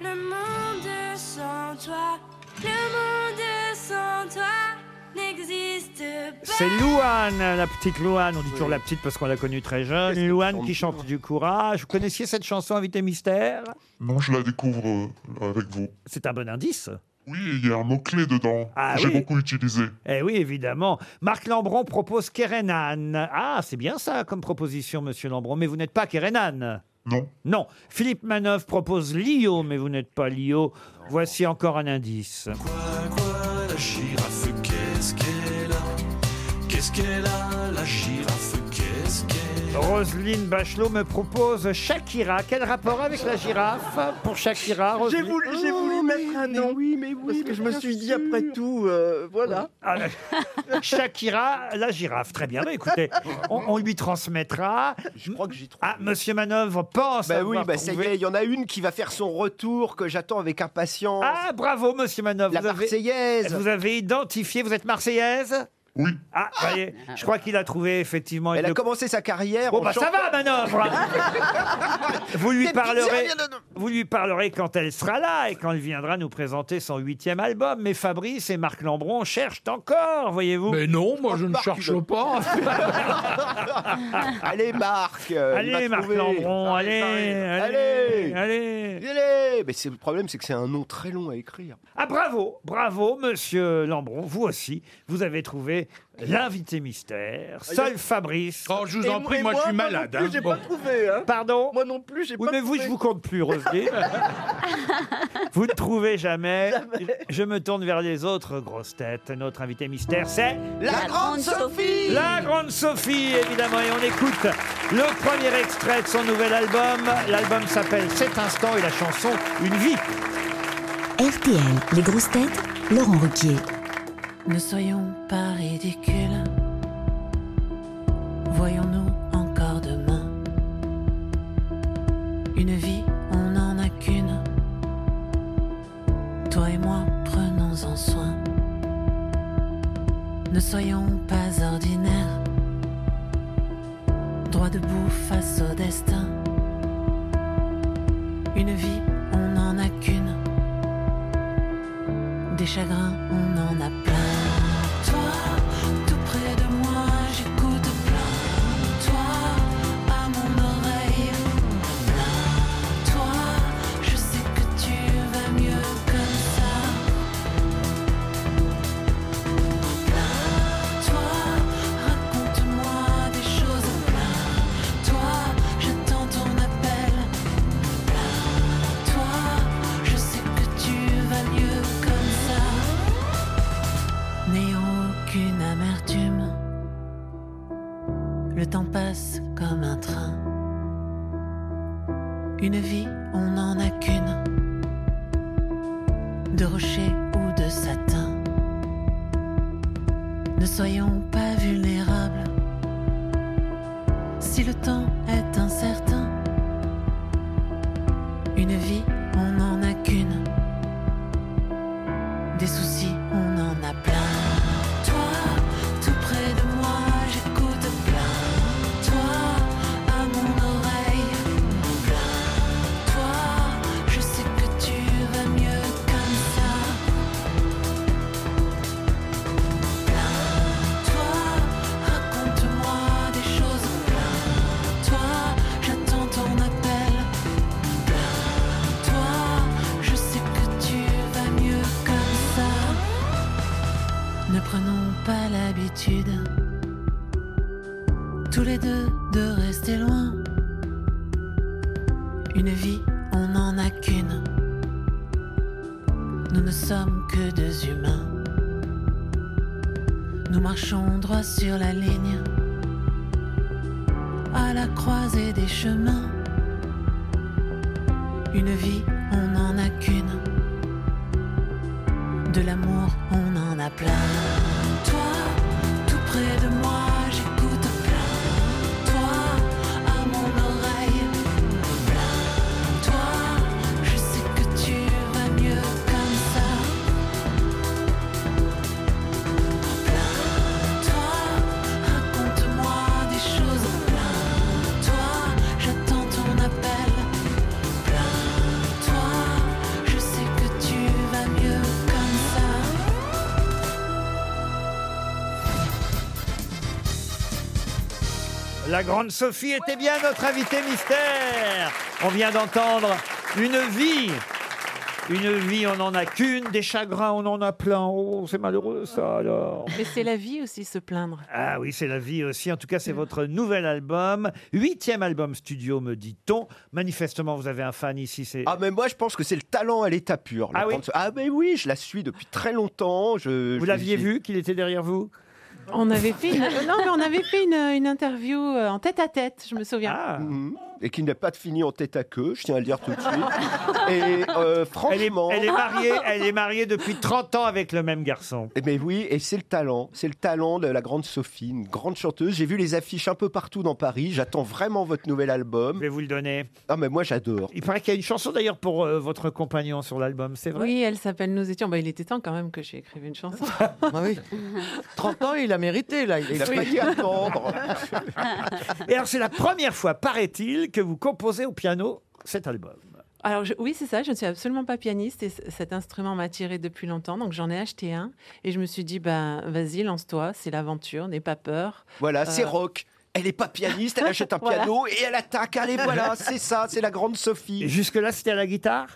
T: le monde sans toi, le monde sans toi n'existe pas.
B: C'est Louane, la petite Louane. On dit toujours la petite parce qu'on l'a connue très jeune. Louane qui chante du courage. Vous connaissiez cette chanson, Invité Mystère
S: Non, je la découvre euh, avec vous.
B: C'est un bon indice.
S: Oui, il y a un mot-clé dedans
B: Ah
S: que j'ai
B: oui.
S: beaucoup utilisé.
B: Eh oui, évidemment. Marc Lambron propose Kerenan. Ah, c'est bien ça comme proposition, monsieur Lambron. Mais vous n'êtes pas Kerenan.
S: Non.
B: Non. Philippe Manœuvre propose Lio, mais vous n'êtes pas Lio. Voici encore un indice.
U: Quoi la girafe, qu'est-ce qu'elle a Qu'est-ce qu'elle a la girafe, qu'est-ce qu'elle a
B: Roselyne Bachelot me propose Shakira. Quel rapport avec la girafe pour Shakira
F: J'ai
B: Ah, Roselyne Oh,
F: voulu, j'ai voulu mettre un nom. oui, mais oui. Parce que je me suis dit, après tout, euh, voilà.
B: Ah, la- [laughs] Shakira, la girafe. Très bien. Bah, écoutez, on, on lui transmettra. Je crois que j'y trouve. Ah, monsieur Manœuvre pense.
I: Bah oui,
B: avoir
I: bah ça y
B: trouvé.
I: est, il y en a une qui va faire son retour que j'attends avec impatience.
B: Ah, bravo, monsieur Manov.
I: La Marseillaise.
B: Vous avez identifié, vous êtes Marseillaise Oui. Ah, voyez, je crois qu'il a trouvé effectivement.
I: Elle
B: une-
I: a commencé sa carrière.
B: Bon,
I: en
B: bah, ça
I: chantant- [laughs]
B: va, Manœuvre. Vous lui, parlerez, vous lui parlerez quand elle sera là et quand elle viendra nous présenter son huitième album. Mais Fabrice et Marc Lambron cherchent encore, voyez-vous. Mais non,
I: Oh,
B: moi je ne cherche pas.
I: [laughs] allez, Marc. euh, il
B: Allez,
I: va
B: Marc
I: trouver.
B: Lambron, allez, allez,
I: allez,
B: allez.
I: Allez. Mais c'est- le problème, c'est que c'est un nom très long à écrire.
B: Ah bravo, bravo, monsieur Lambron, vous aussi, vous avez trouvé l'invité
I: Ah,
B: mystère. Seul Fabrice. Oh,
H: je vous en Et- prie, et moi, je moi, suis moi non malade, plus, hein. j'ai pas Bon.
F: trouvé,
B: Pardon
F: Moi non plus, j'ai
B: Oui,
F: pas
B: mais vous, je vous compte plus, Roselyne.
F: [laughs]
I: [laughs]
B: vous ne trouvez jamais. Je me tourne vers les autres grosses têtes. Notre invité mystère, c'est
T: La grande Sophie.
B: La grande Sophie, évidemment. Et on écoute le premier extrait de son nouvel album. L'album s'appelle Cet instant et la chanson Une vie.
A: RTL, les grosses têtes, Laurent Ruquier.
T: Ne soyons pas ridicules. Voyons-nous encore demain. Une vie, on n'en a qu'une. Toi et moi, prenons-en soin. Ne soyons pas ordinaires. Droit debout face au destin. Une vie, on n'en a qu'une. Des chagrins, on en a plein. Toi, tout près de moi, j'écoute plein. Toi, à mon oreille, plein. Toi, je sais que tu vas mieux comme ça. Plein. Toi, raconte-moi des choses. Plein. Toi, j'attends ton appel. Plein. Toi, je sais que tu vas mieux comme ça. N'ayant aucune amertume, le temps passe comme un train. Une vie, on n'en a qu'une, de rocher ou de satin. Ne soyons pas vulnérables, si le temps est incertain. Une vie, on n'en a qu'une. Des soucis, on en a plein. Toi, tout près de moi, j'écoute plein. Toi, à mon oreille, plein. Toi, je sais que tu vas mieux comme ça. Plein. Toi, raconte-moi des choses. Plein. Toi, j'attends ton appel. Plein. Toi, je sais que tu vas mieux comme ça. Ne prenons pas l'habitude tous les deux de rester loin. Une vie, on n'en a qu'une. Nous ne sommes que deux humains. Nous marchons droit sur la ligne, à la croisée des chemins. Une vie, on n'en a qu'une. De l'amour, on en a plein. Toi, tout près de moi, j'écoute plein. Toi, à mon oreille, plein. Toi, je sais que tu vas mieux comme ça. Plein. Toi, raconte-moi des choses. Plein. Toi, j'attends ton appel. Plein. Toi, je sais que tu vas mieux comme ça.
B: La grande Sophie était bien notre invitée mystère. On vient d'entendre une vie. Une vie, on n'en a qu'une. Des chagrins, on en a plein. Oh, c'est malheureux ça alors.
V: Mais c'est la vie aussi, se plaindre.
B: Ah oui, c'est la vie aussi. En tout cas, c'est votre nouvel album. Huitième album studio, me dit-on. Manifestement, vous avez un fan ici. C'est...
I: Ah, mais moi, je pense que c'est le talent à l'état pur. la
B: Ah oui
I: grande- ah mais oui, je la suis depuis très longtemps. Je,
B: Vous l'aviez vu qu'il était derrière vous
V: On avait fait une, non, mais on avait fait une, une interview euh, en tête à tête, je me souviens.
I: Ah, Mhm. Et qui n'a pas fini en tête à queue, je tiens à le dire tout de suite. Et euh, franchement.
B: Elle est mariée, elle est mariée depuis 30 ans avec le même garçon.
I: Eh ben oui, et c'est le talent, c'est le talent de la grande Sophie, une grande chanteuse. J'ai vu les affiches un peu partout dans Paris. J'attends vraiment votre nouvel album. Je
B: vais vous le donner.
I: Ah mais moi j'adore.
B: Il paraît qu'il y a une chanson d'ailleurs pour euh, votre compagnon sur l'album, c'est vrai
V: Oui, elle s'appelle Nous étions. Bah, il était temps quand même que j'écrive
I: [laughs]
V: une chanson.
L: 30 Ah ans, il a mérité, là. Il a
V: Oui.
L: pas dû attendre.
B: Et alors, c'est la première fois, paraît-il, que vous composez au piano cet album.
V: [laughs] Alors je- oui, c'est ça, je ne suis absolument pas pianiste et c- cet instrument m'a tiré depuis longtemps, donc j'en ai acheté un et je me suis dit, bah, vas-y, lance-toi, c'est l'aventure, n'aie pas peur.
I: Voilà, c'est
V: Euh,
I: rock. Elle est pas pianiste, elle achète un
V: [laughs] Voilà.
I: piano et elle attaque. Allez
V: [laughs]
I: voilà, c'est ça, c'est la grande Sophie.
B: Jusque-là, c'était à la guitare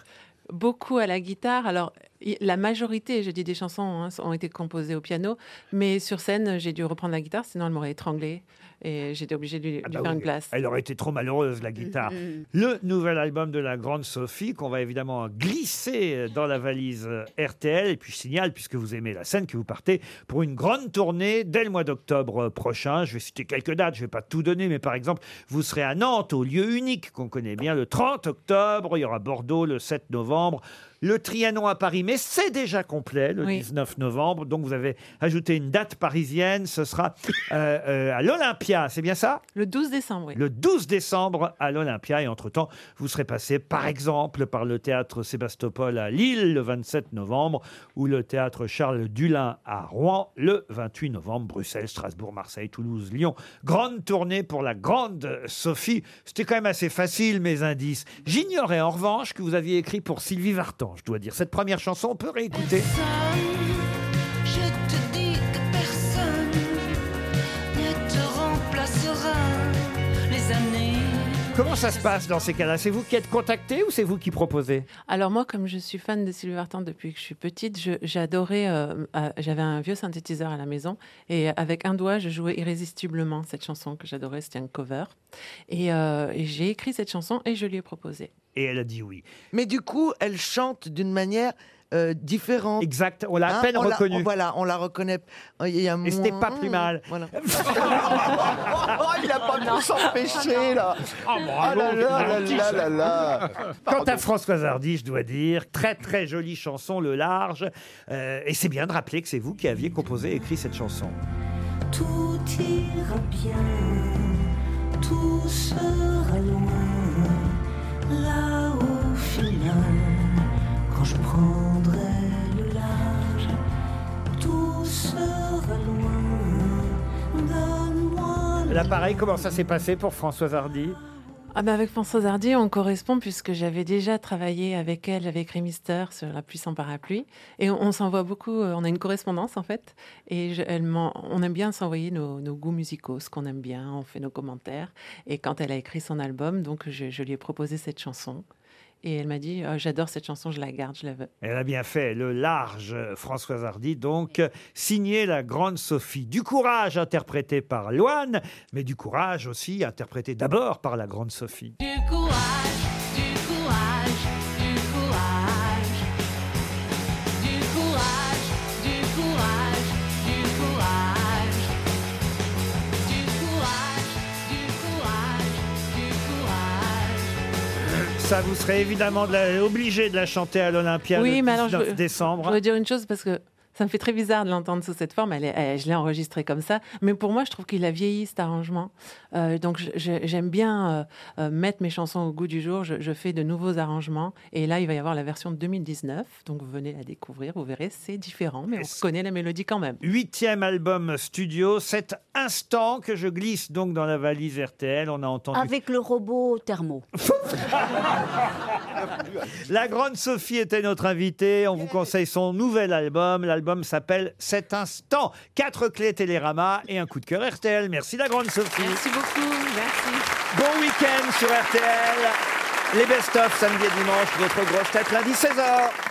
V: Beaucoup à la guitare. Alors, y- la majorité, je dis des chansons, hein, ont été composées au piano, mais sur scène, j'ai dû reprendre la guitare, sinon elle m'aurait étranglée et j'étais obligée de lui, lui
B: Ah
V: faire
B: oui,
V: une glace.
B: Elle aurait été trop malheureuse, la guitare.
V: Mhm.
B: Le nouvel album de la grande Sophie, qu'on va évidemment glisser dans la valise euh, RTL. Et puis, je signale, puisque vous aimez la scène, que vous partez pour une grande tournée dès le mois d'octobre prochain. Je vais citer quelques dates, je ne vais pas tout donner, mais par exemple, vous serez à Nantes, au lieu unique qu'on connaît bien, le 30 octobre. Il y aura Bordeaux le 7 novembre. Le Trianon à Paris, mais c'est déjà complet le
V: Oui.
B: 19 novembre. Donc vous avez ajouté une date parisienne, ce sera euh, euh, à l'Olympia, c'est bien ça
V: Le 12 décembre, oui.
B: le 12 décembre à l'Olympia. Et entre-temps, vous serez passé, par exemple, par le théâtre Sébastopol à Lille le 27 novembre ou le théâtre Charles Dulin à Rouen le 28 novembre. Bruxelles, Strasbourg, Marseille, Toulouse, Lyon. Grande tournée pour la grande Sophie. C'était quand même assez facile, mes indices. J'ignorais en revanche que vous aviez écrit pour Sylvie Vartan, je dois dire. Cette première chanson, on peut réécouter.
T: Je te dis que personne ne te remplacera les années.
B: Comment ça se passe dans ces cas-là C'est vous qui êtes contacté ou c'est vous qui proposez
V: Alors moi, comme je suis fan de Sylvie Vartan depuis que je suis petite, je- j'adorais, euh, euh, j'avais un vieux synthétiseur à la maison et avec un doigt, je jouais irrésistiblement cette chanson que j'adorais, c'était un cover. Et, euh, et j'ai écrit cette chanson et je lui ai proposée.
B: Et elle a dit oui.
L: Mais du coup, elle chante d'une manière euh, différente. Hein,
B: Exact, on l'a à peine
L: on
B: reconnue.
L: on- voilà, on la reconnaît. Il y a
B: Et c'était
L: moins-
B: pas plus mal.
L: Voilà.
I: Oh, il a
B: [laughs]
I: pas pu s'empêcher là.
B: bah,
I: Ah là là là là là là.
B: Quant à Françoise Hardy, je dois dire, très très jolie chanson, Le Large. Euh, et c'est bien de rappeler que c'est vous qui aviez composé et écrit cette chanson.
T: Tout ira bien, tout sera loin. Là au final, quand je prendrai le large, tout sera loin. Donne-moi
B: Là, pareil, comment ça s'est passé pour Françoise Hardy
V: Ah ben avec Françoise Hardy, on correspond puisque j'avais déjà travaillé avec elle, j'avais écrit Mister sur La puissante parapluie. Et on, on s'envoie beaucoup, euh, on a une correspondance en fait. Et je- elle m'en- on aime bien s'envoyer nos, nos goûts musicaux, ce qu'on aime bien, on fait nos commentaires. Et quand elle a écrit son album, donc je, je lui ai proposé cette chanson. Et elle m'a dit, euh, j'adore cette chanson, je la garde, je la veux.
B: Elle a bien fait le large euh, Françoise Hardy, donc euh, signé la grande Sophie. Du courage interprété par Loane, mais du courage aussi interprété d'abord par la grande Sophie.
T: Du courage, du courage, du courage. Du courage, du courage, du courage. Du courage, du courage, du courage.
B: Ça, vous serez évidemment de la- obligé de la chanter à l'Olympia
V: Oui,
B: le
V: mais alors je
B: 19
V: veux-
B: décembre.
V: Je veux dire une chose parce que ça me fait très bizarre de l'entendre sous cette forme. Elle est- elle- je l'ai enregistré comme ça, mais pour moi, je trouve qu'il a vieilli cet arrangement. Euh, donc, je- je- j'aime bien euh, euh, mettre mes chansons au goût du jour. Je, je fais de nouveaux arrangements, et là, il va y avoir la version de 2019. Donc, venez la découvrir, vous verrez, c'est différent, mais on connaît la mélodie quand même.
B: Huitième album studio, cet instant que je glisse donc dans la valise RTL, on a entendu
E: Avec le robot
I: [laughs]
E: thermo.
B: La grande Sophie était notre invitée. On vous conseille son nouvel album. L'album s'appelle Cet instant. Quatre clés Télérama et un coup de cœur RTL. Merci la grande Sophie.
V: Merci beaucoup. Merci.
B: Bon week-end sur RTL. Les best-of samedi et dimanche. Votre grosse tête lundi 16h.